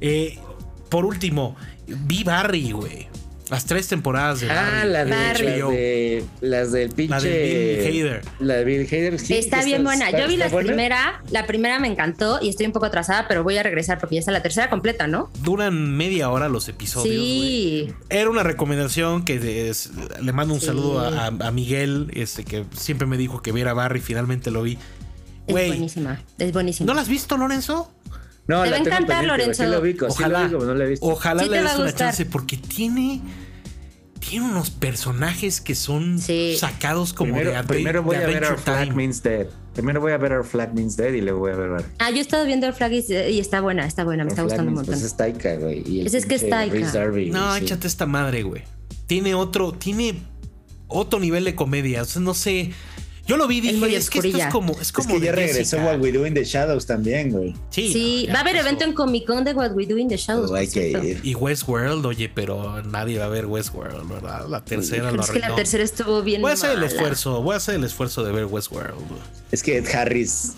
Speaker 1: Eh, por último, vi Barry, güey. Las tres temporadas de
Speaker 4: Ah,
Speaker 1: Barry,
Speaker 4: la de,
Speaker 3: Barbie.
Speaker 4: las, de, las del pinche.
Speaker 1: La de Bill Hader.
Speaker 4: La de Bill Hader. sí,
Speaker 3: está bien buena.
Speaker 4: está-
Speaker 3: Yo vi
Speaker 4: está
Speaker 3: la
Speaker 4: buena.
Speaker 3: primera, la primera me encantó y estoy un poco atrasada, pero voy a regresar porque ya está la tercera completa, ¿no?
Speaker 1: Duran media hora los episodios. güey.
Speaker 3: sí.
Speaker 1: Era una recomendación que es- le mando un
Speaker 3: Sí.
Speaker 1: saludo a, a Miguel, este que siempre me dijo que viera Barry, finalmente lo vi.
Speaker 3: Es
Speaker 1: Güey,
Speaker 3: buenísima. Es buenísima.
Speaker 1: ¿no la has visto, Lorenzo?
Speaker 4: No,
Speaker 3: Te
Speaker 4: la
Speaker 3: va a
Speaker 4: tengo
Speaker 3: encantar,
Speaker 4: pendiente, güey, Sí
Speaker 3: Lorenzo.
Speaker 4: lo ubico, sí lo ubico, pero no la he visto.
Speaker 1: ojalá
Speaker 3: Sí
Speaker 1: le
Speaker 3: te va
Speaker 1: des
Speaker 3: a
Speaker 1: una
Speaker 3: gustar.
Speaker 1: chance porque tiene tiene unos personajes que son
Speaker 3: Sí.
Speaker 1: sacados como
Speaker 4: primero,
Speaker 1: de, Adve-
Speaker 4: primero voy
Speaker 1: de
Speaker 4: a ver Our
Speaker 1: Adventure
Speaker 4: Flag
Speaker 1: Time.
Speaker 4: Means Dead. Primero voy a ver Our Flag Means Dead y luego voy a ver Barry.
Speaker 3: Ah, yo he estado viendo el flag y, y está buena, está buena, me está
Speaker 4: Our Flag
Speaker 3: gustando un
Speaker 4: Means-
Speaker 3: montón.
Speaker 4: Pues es Taika, güey. y el
Speaker 3: Pues es que es
Speaker 4: pinche
Speaker 3: Taika.
Speaker 4: Rhys Darby,
Speaker 1: No,
Speaker 4: güey, sí.
Speaker 1: échate esta madre, güey. Tiene otro, tiene otro nivel de comedia. O sea, no sé. Yo lo vi y
Speaker 3: Es muy
Speaker 1: dije, es que esto
Speaker 3: oscurilla.
Speaker 1: es como. Es,
Speaker 2: Es
Speaker 1: como
Speaker 2: que
Speaker 1: de
Speaker 2: ya regresó
Speaker 1: Jessica".
Speaker 2: What We Do in the Shadows también, güey.
Speaker 1: Sí,
Speaker 3: Sí,
Speaker 1: no, ya
Speaker 3: va a haber
Speaker 1: regresó.
Speaker 3: evento en Comic Con de What We Do in the
Speaker 4: Pues
Speaker 3: Shadows.
Speaker 2: Pero hay
Speaker 3: por
Speaker 2: que
Speaker 3: cierto.
Speaker 2: ir.
Speaker 1: Y Westworld, oye, pero nadie va a ver Westworld, ¿verdad? La tercera
Speaker 3: Pero
Speaker 1: lo
Speaker 3: es que la
Speaker 1: arruinó.
Speaker 3: tercera estuvo bien.
Speaker 1: Voy a hacer el
Speaker 3: mala.
Speaker 1: esfuerzo, voy a hacer el esfuerzo de ver Westworld. güey.
Speaker 2: Es que Ed Harris.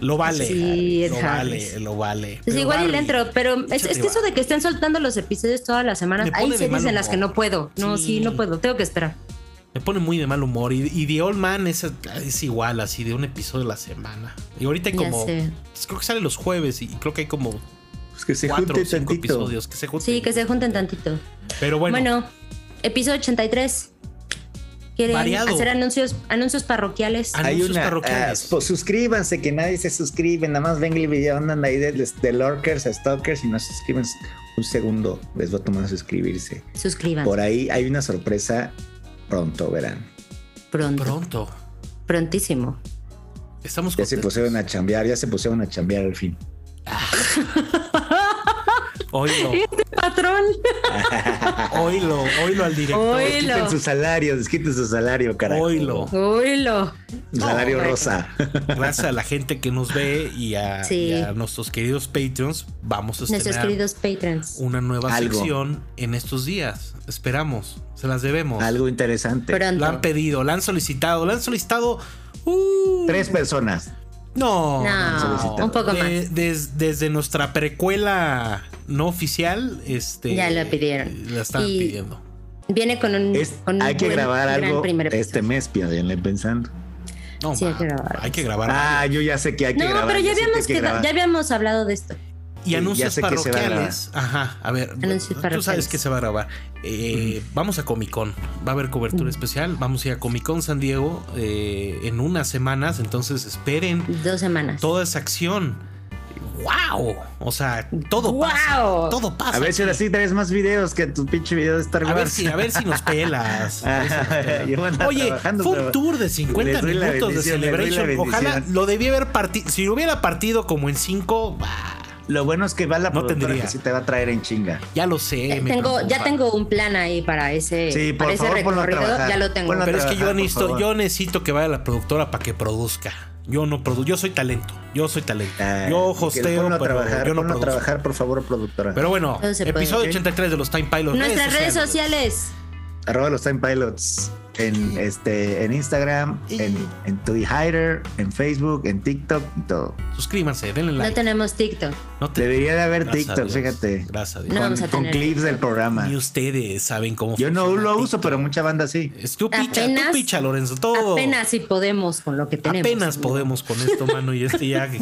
Speaker 1: Lo vale.
Speaker 3: Sí,
Speaker 1: lo
Speaker 3: Ed Harris.
Speaker 1: vale, lo vale.
Speaker 3: Pues
Speaker 1: Pero
Speaker 3: igual y le
Speaker 1: Barry,
Speaker 3: entro, pero es,
Speaker 1: échate
Speaker 3: es que eso
Speaker 1: Barry.
Speaker 3: de que estén soltando los episodios todas las semanas,
Speaker 1: Me
Speaker 3: hay
Speaker 1: pone de
Speaker 3: series
Speaker 1: mal
Speaker 3: en las que
Speaker 1: humor.
Speaker 3: no puedo. No, sí,
Speaker 1: Sí.
Speaker 3: no puedo, tengo que esperar.
Speaker 1: Me pone muy de mal humor. Y, y The Old Man es, es igual, así, de un episodio a la semana. Y ahorita hay
Speaker 3: Ya
Speaker 1: como. pues,
Speaker 3: sé.
Speaker 1: Creo que sale los jueves y creo que hay como
Speaker 2: Pues que se
Speaker 1: cuatro
Speaker 2: junte
Speaker 1: o cinco
Speaker 2: tantito.
Speaker 1: episodios que se junten.
Speaker 3: Sí, que se junten tantito.
Speaker 1: Pero bueno,
Speaker 3: Bueno, episodio 83. ¿Quieren
Speaker 1: Variado.
Speaker 3: hacer anuncios, anuncios parroquiales?
Speaker 1: Ah,
Speaker 2: Hay
Speaker 1: Anuncios
Speaker 2: una.
Speaker 1: parroquiales.
Speaker 2: ah, pues suscríbanse, que nadie se suscribe. Nada más ven el video, andan ahí de, de lurkers a stalkers y no se suscriben. Un segundo les va a tomar suscribirse.
Speaker 3: Suscríbanse
Speaker 2: Por ahí hay una sorpresa pronto, verán.
Speaker 3: pronto,
Speaker 1: pronto.
Speaker 3: prontísimo.
Speaker 1: Estamos
Speaker 2: Ya se
Speaker 1: contentos.
Speaker 2: pusieron a chambear, ya se pusieron a chambear al fin.
Speaker 1: Oílo,
Speaker 3: Patrón.
Speaker 1: oílo, oílo al director.
Speaker 3: Oílo.
Speaker 2: Quiten su salario, desquiten su salario, carajo.
Speaker 1: Oílo.
Speaker 3: Oílo.
Speaker 2: Un salario
Speaker 3: No,
Speaker 2: rosa.
Speaker 1: Gracias a la gente que nos ve y a,
Speaker 3: Sí.
Speaker 1: y a nuestros queridos Patreons, vamos a
Speaker 3: Nuestros
Speaker 1: estrenar
Speaker 3: queridos patrons.
Speaker 1: una nueva
Speaker 2: Algo.
Speaker 1: sección en estos días. Esperamos, se las debemos.
Speaker 2: Algo interesante.
Speaker 1: La
Speaker 3: Pronto.
Speaker 1: han pedido, la han solicitado, la han solicitado. ¡uh!
Speaker 2: Tres personas.
Speaker 1: No,
Speaker 3: No, un poco más.
Speaker 1: des- desde nuestra precuela no oficial, este,
Speaker 3: Ya la pidieron.
Speaker 1: La están
Speaker 3: Y-
Speaker 1: pidiendo.
Speaker 3: Viene con un.
Speaker 2: Es-
Speaker 3: con un
Speaker 2: hay que
Speaker 3: buen-
Speaker 2: grabar
Speaker 3: gran
Speaker 2: algo
Speaker 3: primer episodio.
Speaker 2: este mes, piéndenle pensando.
Speaker 1: No,
Speaker 3: Sí, hay que
Speaker 1: ma,
Speaker 3: grabar.
Speaker 1: hay que grabar.
Speaker 2: Ah, yo ya sé que hay que
Speaker 3: No,
Speaker 2: grabar.
Speaker 3: pero ya
Speaker 2: sé que hay
Speaker 3: habíamos,
Speaker 2: que
Speaker 3: quedado-
Speaker 2: grabar.
Speaker 3: ya habíamos hablado de esto.
Speaker 1: Y
Speaker 2: Sí, Eh, ya
Speaker 1: anuncios
Speaker 2: sé que se va a
Speaker 1: parroquiales. Ajá, a ver.
Speaker 3: Anuncios
Speaker 1: Tú sabes
Speaker 3: parroquiales.
Speaker 1: que se va a grabar. Eh,
Speaker 2: Mm.
Speaker 1: Vamos a Comic Con. Va a haber
Speaker 3: Mm.
Speaker 1: cobertura especial. Vamos a ir a Comic Con San Diego eh, en unas semanas. Entonces esperen
Speaker 3: Dos semanas.
Speaker 1: toda esa acción. ¡Wow! O sea, todo pasa.
Speaker 3: ¡Guau!
Speaker 1: Todo pasa.
Speaker 2: A ver si ahora sí traes más videos que tu pinche video de Star
Speaker 1: A
Speaker 2: Wars.
Speaker 1: ver si, a ver si nos pelas. A ver si nos pelas.
Speaker 2: Yo andaba
Speaker 1: Oye,
Speaker 2: Ah, trabajando,
Speaker 1: fue un
Speaker 2: pero-
Speaker 1: tour de 50
Speaker 2: Les doy la
Speaker 1: minutos de
Speaker 2: bendición, les doy la
Speaker 1: Celebration. Ojalá
Speaker 2: bendición.
Speaker 1: lo debí haber partido. Si lo hubiera partido como en 5,
Speaker 2: Lo bueno es que va la
Speaker 1: No
Speaker 2: productora
Speaker 1: tendría.
Speaker 2: que sí te va a traer en chinga.
Speaker 1: ya lo sé.
Speaker 3: Eh,
Speaker 1: me
Speaker 3: tengo, ya
Speaker 1: preocupa.
Speaker 3: tengo un plan ahí para ese,
Speaker 2: Sí, por
Speaker 3: para ese
Speaker 2: favor, ponlo a
Speaker 3: recorrido.
Speaker 2: trabajar.
Speaker 3: Ya lo tengo.
Speaker 2: Ponlo a
Speaker 1: Pero es que
Speaker 2: trabajar,
Speaker 1: yo
Speaker 2: por
Speaker 1: necesito,
Speaker 2: favor.
Speaker 1: yo necesito que vaya la productora para que produzca. Yo no produzco, yo soy talento, yo soy talento.
Speaker 2: Ah,
Speaker 1: yo
Speaker 2: que
Speaker 1: hosteo,
Speaker 2: ponlo a
Speaker 1: pero
Speaker 2: trabajar,
Speaker 1: yo no
Speaker 2: ponlo a
Speaker 1: produzco.
Speaker 2: trabajar, por favor, productora.
Speaker 1: Pero bueno,
Speaker 3: Todo se puede,
Speaker 1: episodio
Speaker 2: ¿ok?
Speaker 1: 83 de los Time Pilots.
Speaker 3: Nuestras redes sociales.
Speaker 2: Arroba los Time Pilots en, este, en Instagram, en, en Tubi Hider, en Facebook, en TikTok y todo.
Speaker 1: Suscríbanse, denle
Speaker 3: No
Speaker 1: like.
Speaker 3: tenemos TikTok.
Speaker 1: No te-
Speaker 2: Debería de haber
Speaker 1: Gracias a
Speaker 2: TikTok,
Speaker 1: Dios,
Speaker 2: fíjate.
Speaker 1: Gracias a Dios.
Speaker 3: No
Speaker 2: con,
Speaker 3: vamos a
Speaker 2: con
Speaker 3: tener
Speaker 2: clips del programa.
Speaker 1: Ni ustedes saben cómo
Speaker 2: Yo no
Speaker 1: funciona
Speaker 2: lo
Speaker 1: TikTok.
Speaker 2: uso, pero mucha banda sí.
Speaker 1: Es tú picha, tú
Speaker 3: Apenas-
Speaker 1: picha, Lorenzo,
Speaker 2: Oh.
Speaker 1: todo.
Speaker 3: Apenas si podemos con lo que tenemos.
Speaker 1: Apenas podemos con esto, mano, y este ya.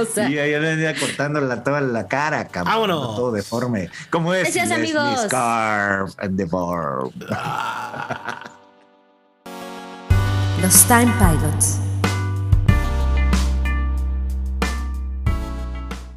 Speaker 3: O sea,
Speaker 2: Y yo le venía cortando la, toda la cara, cabrón.
Speaker 1: Vámonos.
Speaker 2: Todo deforme. ¿Cómo es?
Speaker 3: Gracias,
Speaker 2: Leslie
Speaker 3: amigos.
Speaker 2: Scarf and the Barb.
Speaker 5: Los Time Pilots.